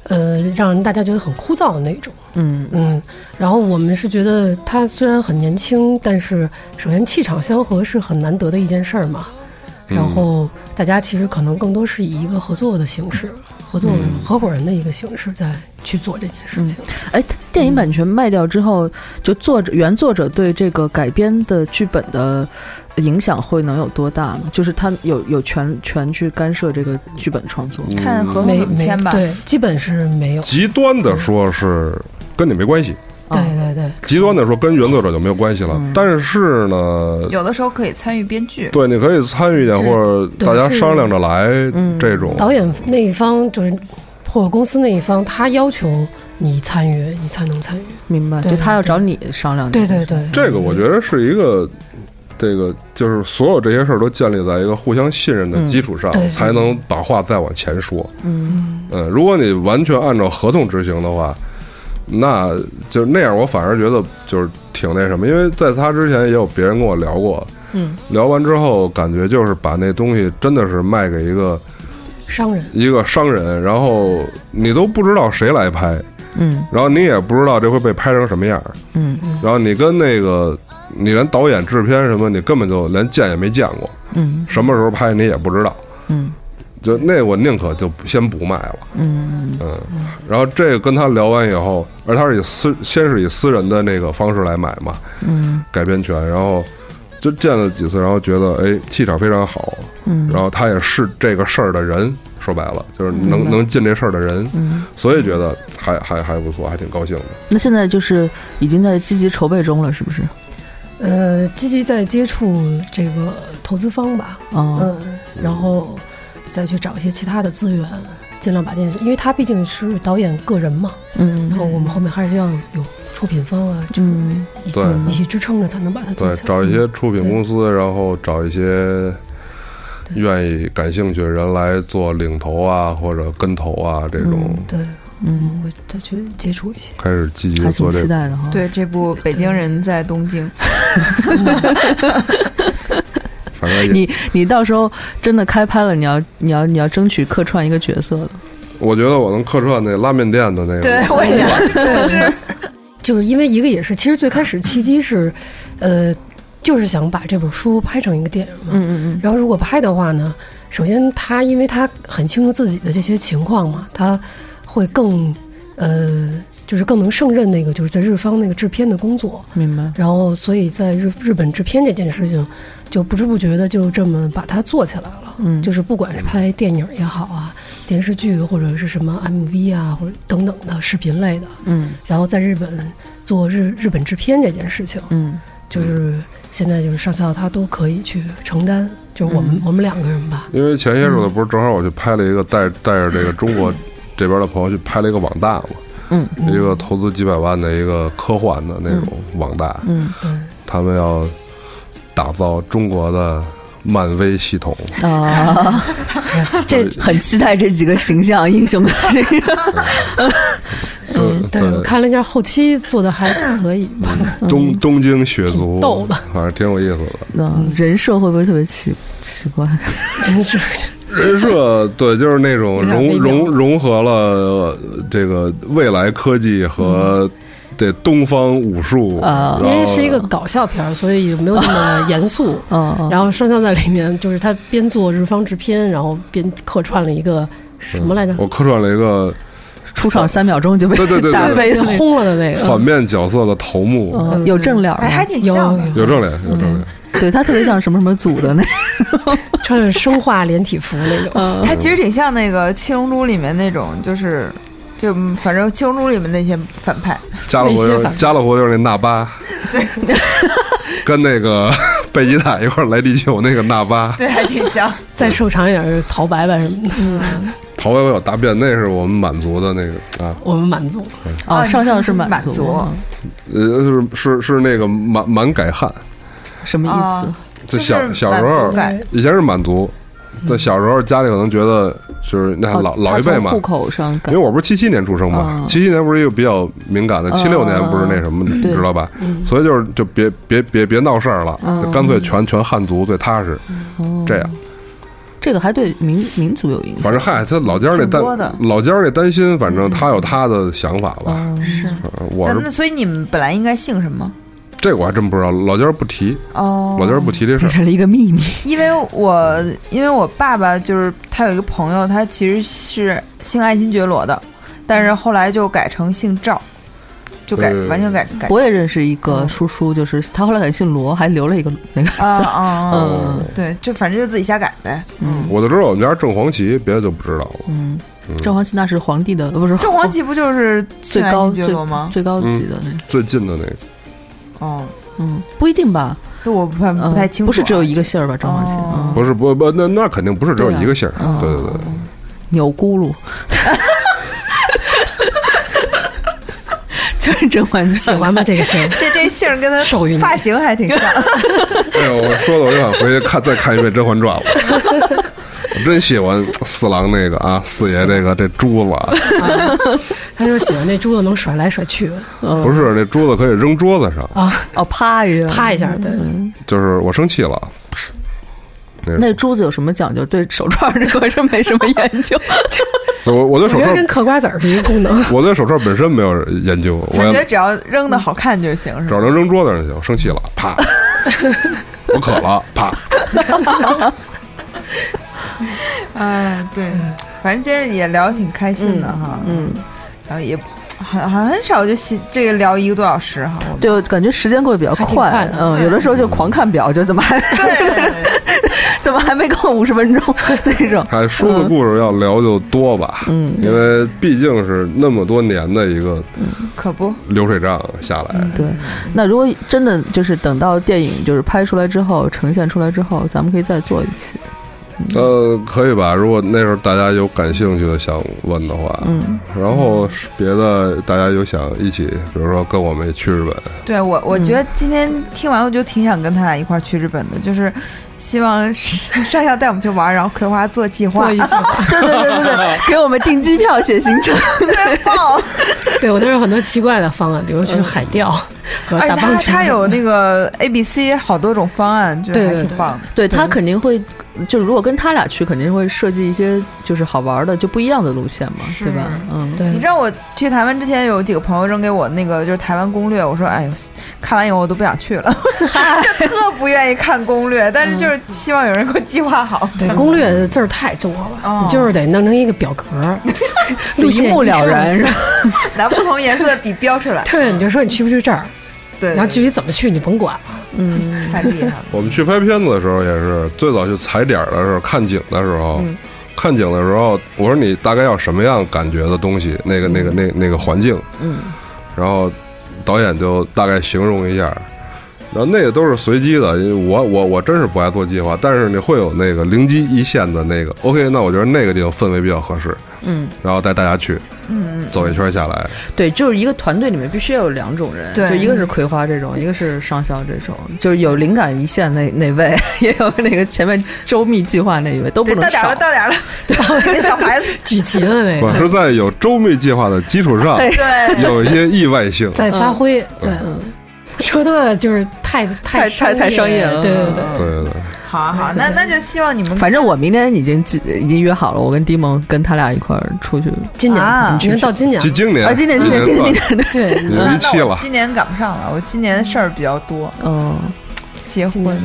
呃让人大家觉得很枯燥的那种。嗯嗯，然后我们是觉得他虽然很年轻，但是首先气场相合是很难得的一件事儿嘛。嗯然后大家其实可能更多是以一个合作的形式，嗯合作合伙人的一个形式在去做这件事情。哎，它电影版权卖掉之后，就作者原作者对这个改编的剧本的影响会能有多大呢？就是他有有权权去干涉这个剧本创作。看嗯嗯合同没怎么没签吧。对，基本是没有。极端的说是跟你没关系，对啊对对，极端的说跟原作者就没有关系了。嗯但是呢，有的时候可以参与编剧，对，你可以参与一点，这或者大家商量着来这种。嗯导演那一方就是或者公司那一方，他要求你参与，你才能参与。明白，对就他要找你商量。对对对，嗯这个我觉得是一个，这个就是所有这些事儿都建立在一个互相信任的基础上，嗯对才能把话再往前说。嗯如果你完全按照合同执行的话，那就那样，我反而觉得就是挺那什么，因为在他之前也有别人跟我聊过，嗯，聊完之后感觉就是把那东西真的是卖给一个商人一个商人，然后你都不知道谁来拍，嗯然后你也不知道这会被拍成什么样儿，嗯然后你跟那个，你连导演、制片什么，你根本就连见也没见过，嗯什么时候拍你也不知道，嗯就那我宁可就先不卖了。嗯然后这个跟他聊完以后，而他是以私先是以私人的那个方式来买嘛，嗯改编权，然后就见了几次，然后觉得哎气场非常好，嗯然后他也是这个事儿的人，说白了就是能能进这事儿的人，嗯，所以觉得还还还不错，还挺高兴的。那现在就是已经在积极筹备中了，是不是？呃积极在接触这个投资方吧，哦，嗯，然后再去找一些其他的资源，尽量把电影，因为他毕竟是导演个人嘛，然嗯后我们后面还是要有出品方啊，就嗯一对起一起支撑着，才能把它做对，起来。找一些出品公司，然后找一些对愿意、感兴趣的人来做领头啊，或者跟头啊，这种对，嗯，我再去接触一些。开始积极还的挺做这期个。待的哈。，对，这部《北京人在东京》，反正也，你你到时候真的开拍了，你要你要你要争取客串一个角色的。我觉得我能客串那拉面店的那个。对，我也想，是，就是因为一个也是，其实最开始契机是，呃，就是想把这本书拍成一个电影嘛。嗯嗯然后如果拍的话呢，首先他因为他很清楚自己的这些情况嘛，他会更呃，就是更能胜任那个就是在日方那个制片的工作。明白。然后，所以在日日本制片这件事情，就不知不觉的就这么把它做起来了。嗯就是不管是拍电影也好啊，电视剧或者是什么 MV 啊，或者等等的视频类的，嗯然后在日本做日日本制片这件事情，嗯就是现在就是上下到他都可以去承担，就是我们、我们两个人吧。因为前些日子不是正好我去拍了一个带带着这个中国这边的朋友去拍了一个网大嘛，嗯，一个投资几百万的一个科幻的那种网大，嗯对，他们要打造中国的漫威系统，啊，这很期待这几个形象英雄的这个。嗯，对我看了一下后期做的还可以吧，东东京血族，嗯挺逗的反正挺有意思的。嗯，人设会不会特别奇奇怪？ 真是人设对，就是那种有 点融微妙融融合了呃这个未来科技和对东方武术，啊嗯因然为后是一个搞笑片儿，所以没有那么严肃。 嗯嗯，然后上校在里面，就是他边做日方制片，然后边客串了一个什么来着？我客串了一个出场三秒钟就被对对对对打飞的被那个。轰了的那个，反面角色的头目，嗯，有正脸哎，还吗？挺有像的，有正脸，有嗯正脸， 对他特别像什么什么组的那穿着生化连体服那种。个。它其实挺像那个《七龙珠》里面那种，就是。就嗯反正《七龙珠》里面那些反 派，加勒那活些就是反加勒活就是那纳巴， 跟那个 贝吉塔一块儿来地球那个纳巴，对，还挺像。再瘦长一点儿，陶白白什么的。逃外外有大便，那是我们满族的那个啊，我们满族，哦， 啊上上是满族，族呃，是是是那个满满改汉，什么意思啊？就就是小小时满候族感以前是满族，但小时候家里可能觉得就是那嗯哦呃老他老一辈从嘛户，口上改因为我不是七七年出生嘛嗯，七七年不是一个比较敏感的，七六年不是那什么的，你对嗯知道吧？所以就是就别别别别闹事儿了，就干脆全全汉族最踏实，哦这样。这个还对民民族有影响。反正嗨，他老家儿那挺多的担老家儿那担心，反嗯正他有他的想法吧。哦是，呃我那是那所以你们本来应该姓什么？这个我还真不知道，老家儿不提，哦，老家儿不提这事变儿。成了一个秘密。因为我因为我爸爸就是他有一个朋友，他其实是姓爱新觉罗的，但是后来就改成姓赵，就改呃完全改改我也认识一个叔叔，就是他后来改姓罗，还留了一个那个啊字。啊啊！嗯对，就反正就自己瞎改呗。嗯，我就知道我们家正黄旗，别的就不知道了。嗯， 正黄旗那是皇帝的，呃不是正黄旗不就是姓最爱高新觉最罗吗？最高嗯级的那个。最近的那个，哦，嗯，不一定吧，对，我不太嗯不太清楚啊，不是只有一个姓儿吧？正黄旗，哦嗯，不是不不，那那肯定不是只有一个姓儿。对啊对对对，钮咕 噜，就是甄嬛喜喜欢吧这个 姓？这这姓儿跟他手艺发型还挺像。 哎呦，我说的我就想回去看再看一遍《甄嬛传》了。 我真喜欢四郎那个啊，四爷这个这珠子，啊，他就喜欢这珠子能甩来甩去，不是这珠子可以扔桌子上，啊哦，啪一下，啪一下，对，嗯就是我生气了，那那珠子有什么讲究？对手串儿这个是没什么研究， 我我对我手觉得串跟嗑瓜子儿是一个功嗯能。我对手串本身没有研究，我他觉也得只要扔的好看就行，是只吧要？能扔桌子上就行。生气了， 啪！我渴了，啪！哎，对，反正今天也聊得挺开心的哈，嗯，然后也很很少就喜这个聊一个多小时哈，我们就感觉时间过得比较还挺快快的，嗯，有的时候就狂看表，就怎么还对， 怎么还没够五十分 钟那种，哎，书嗯的故事要聊就多吧，嗯因为毕竟是那么多年的一个可不，流水账下来，对，那如果真的就是等到电影就是拍出来之后，呈现出来之后，咱们可以再做一期。呃，可以吧？如果那时候大家有感兴趣的想问的话，嗯，然后是别的大家有想一起，比如说跟我们去日本，对我我觉得今天听完我就挺想跟他俩一块儿去日本的，就是希望 是上校带我们去玩儿，然后葵花做计划做，一 次，对对对对对， 给我们订机票、写行程， 棒，对我那时候有很多奇怪的方案，比如去嗯海钓和而且他打棒球。他有那个 A B C 好多种方案，就对还对挺对棒的。 对他肯定会，就如果跟他俩去，肯定会设计一些就是好玩的，就不一样的路线嘛，是对吧？嗯，对你知道我去台湾之前有几个朋友扔给我那个就是台湾攻略，我说哎呦，看完以后我都不想去了，就特不愿意看攻略，但是就是希望有人给我计划好。对攻略的字儿太多哦了，你就是得弄成一个表格， 路一线，目了然，是吧？拿不同颜色的笔标出来对，你就说你去不去这儿，对，然后具体怎么去你甭管了。嗯，太厉害了。我们去拍片子的时候也是，最早去踩点儿的时候，看景的时候，嗯看景的时候，我说你大概要什么样感觉的东西，那个那个那那个环境，嗯，然后导演就大概形容一下，然后那个都是随机的，因为我我我真是不爱做计划，但是你会有那个灵机一现的那个，OK，那我觉得那个地方氛围比较合适，嗯，然后带大家去，嗯，走一圈下来，对，就是一个团队里面必须要有两种人，对就一个是葵花这种，一个是上校这种，就是有灵感一线那那位， 也有那个前面周密计划那一位，都不对，能到点儿少了，。到点儿了，给小孩子，举旗的那我个是在有周密计划的基础上，对，有一些意外性，在嗯发挥，对，嗯说多了就是太太太太太商业了嗯对对对。对对对。好啊好啊，那那就希望你们反正我明天已经记已经约好了，我跟迪蒙跟他俩一块儿出去。今年啊你看到今年今今年啊，今年今年今年今年对，对有那一期那我了，今年赶不上了，我今年事儿比较多，嗯，结今婚年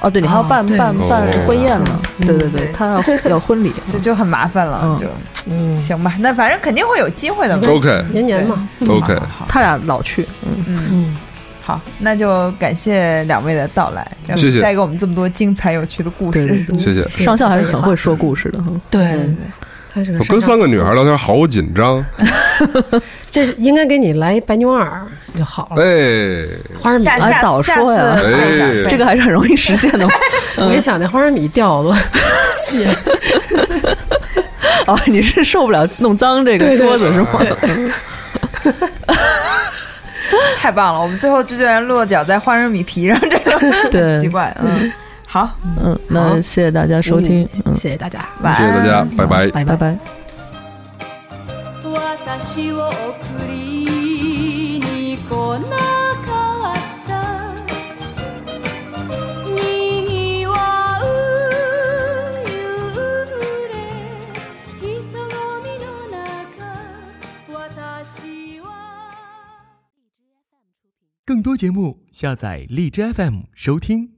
哦，对你还要办哦对办办哦婚宴呢，对对对嗯对，他要要 婚礼，这就很麻烦了嗯，就嗯行吧。那反正肯定会有机会的嘛。 OK 年年嘛， OK，嗯好，他俩老去，嗯，嗯，好，那就感谢两位的到来，然后谢谢带给我们这么多精彩有趣的故对对事。对。谢谢。上校还是很嗯会说故事的哈，对，他是个我跟三个女孩聊天好紧张，这是应该给你来白牛二就好了。哎，花生米，下哎下早下说呀次哎对这个还是很容易 实现的嘛。我一想那花生米掉了，血，啊，你是受不了弄脏这个对对桌子是吗？太棒了！我们最后就居然落脚在花生米皮上，这个很对奇怪。嗯，好，嗯，那好谢谢大家收听，嗯，谢谢大家。晚安，谢谢大家，拜拜。拜拜。私を送りに来なかったにぎわう夕暮れ人混みの中私は更多节目，下载荔枝 FM 收听。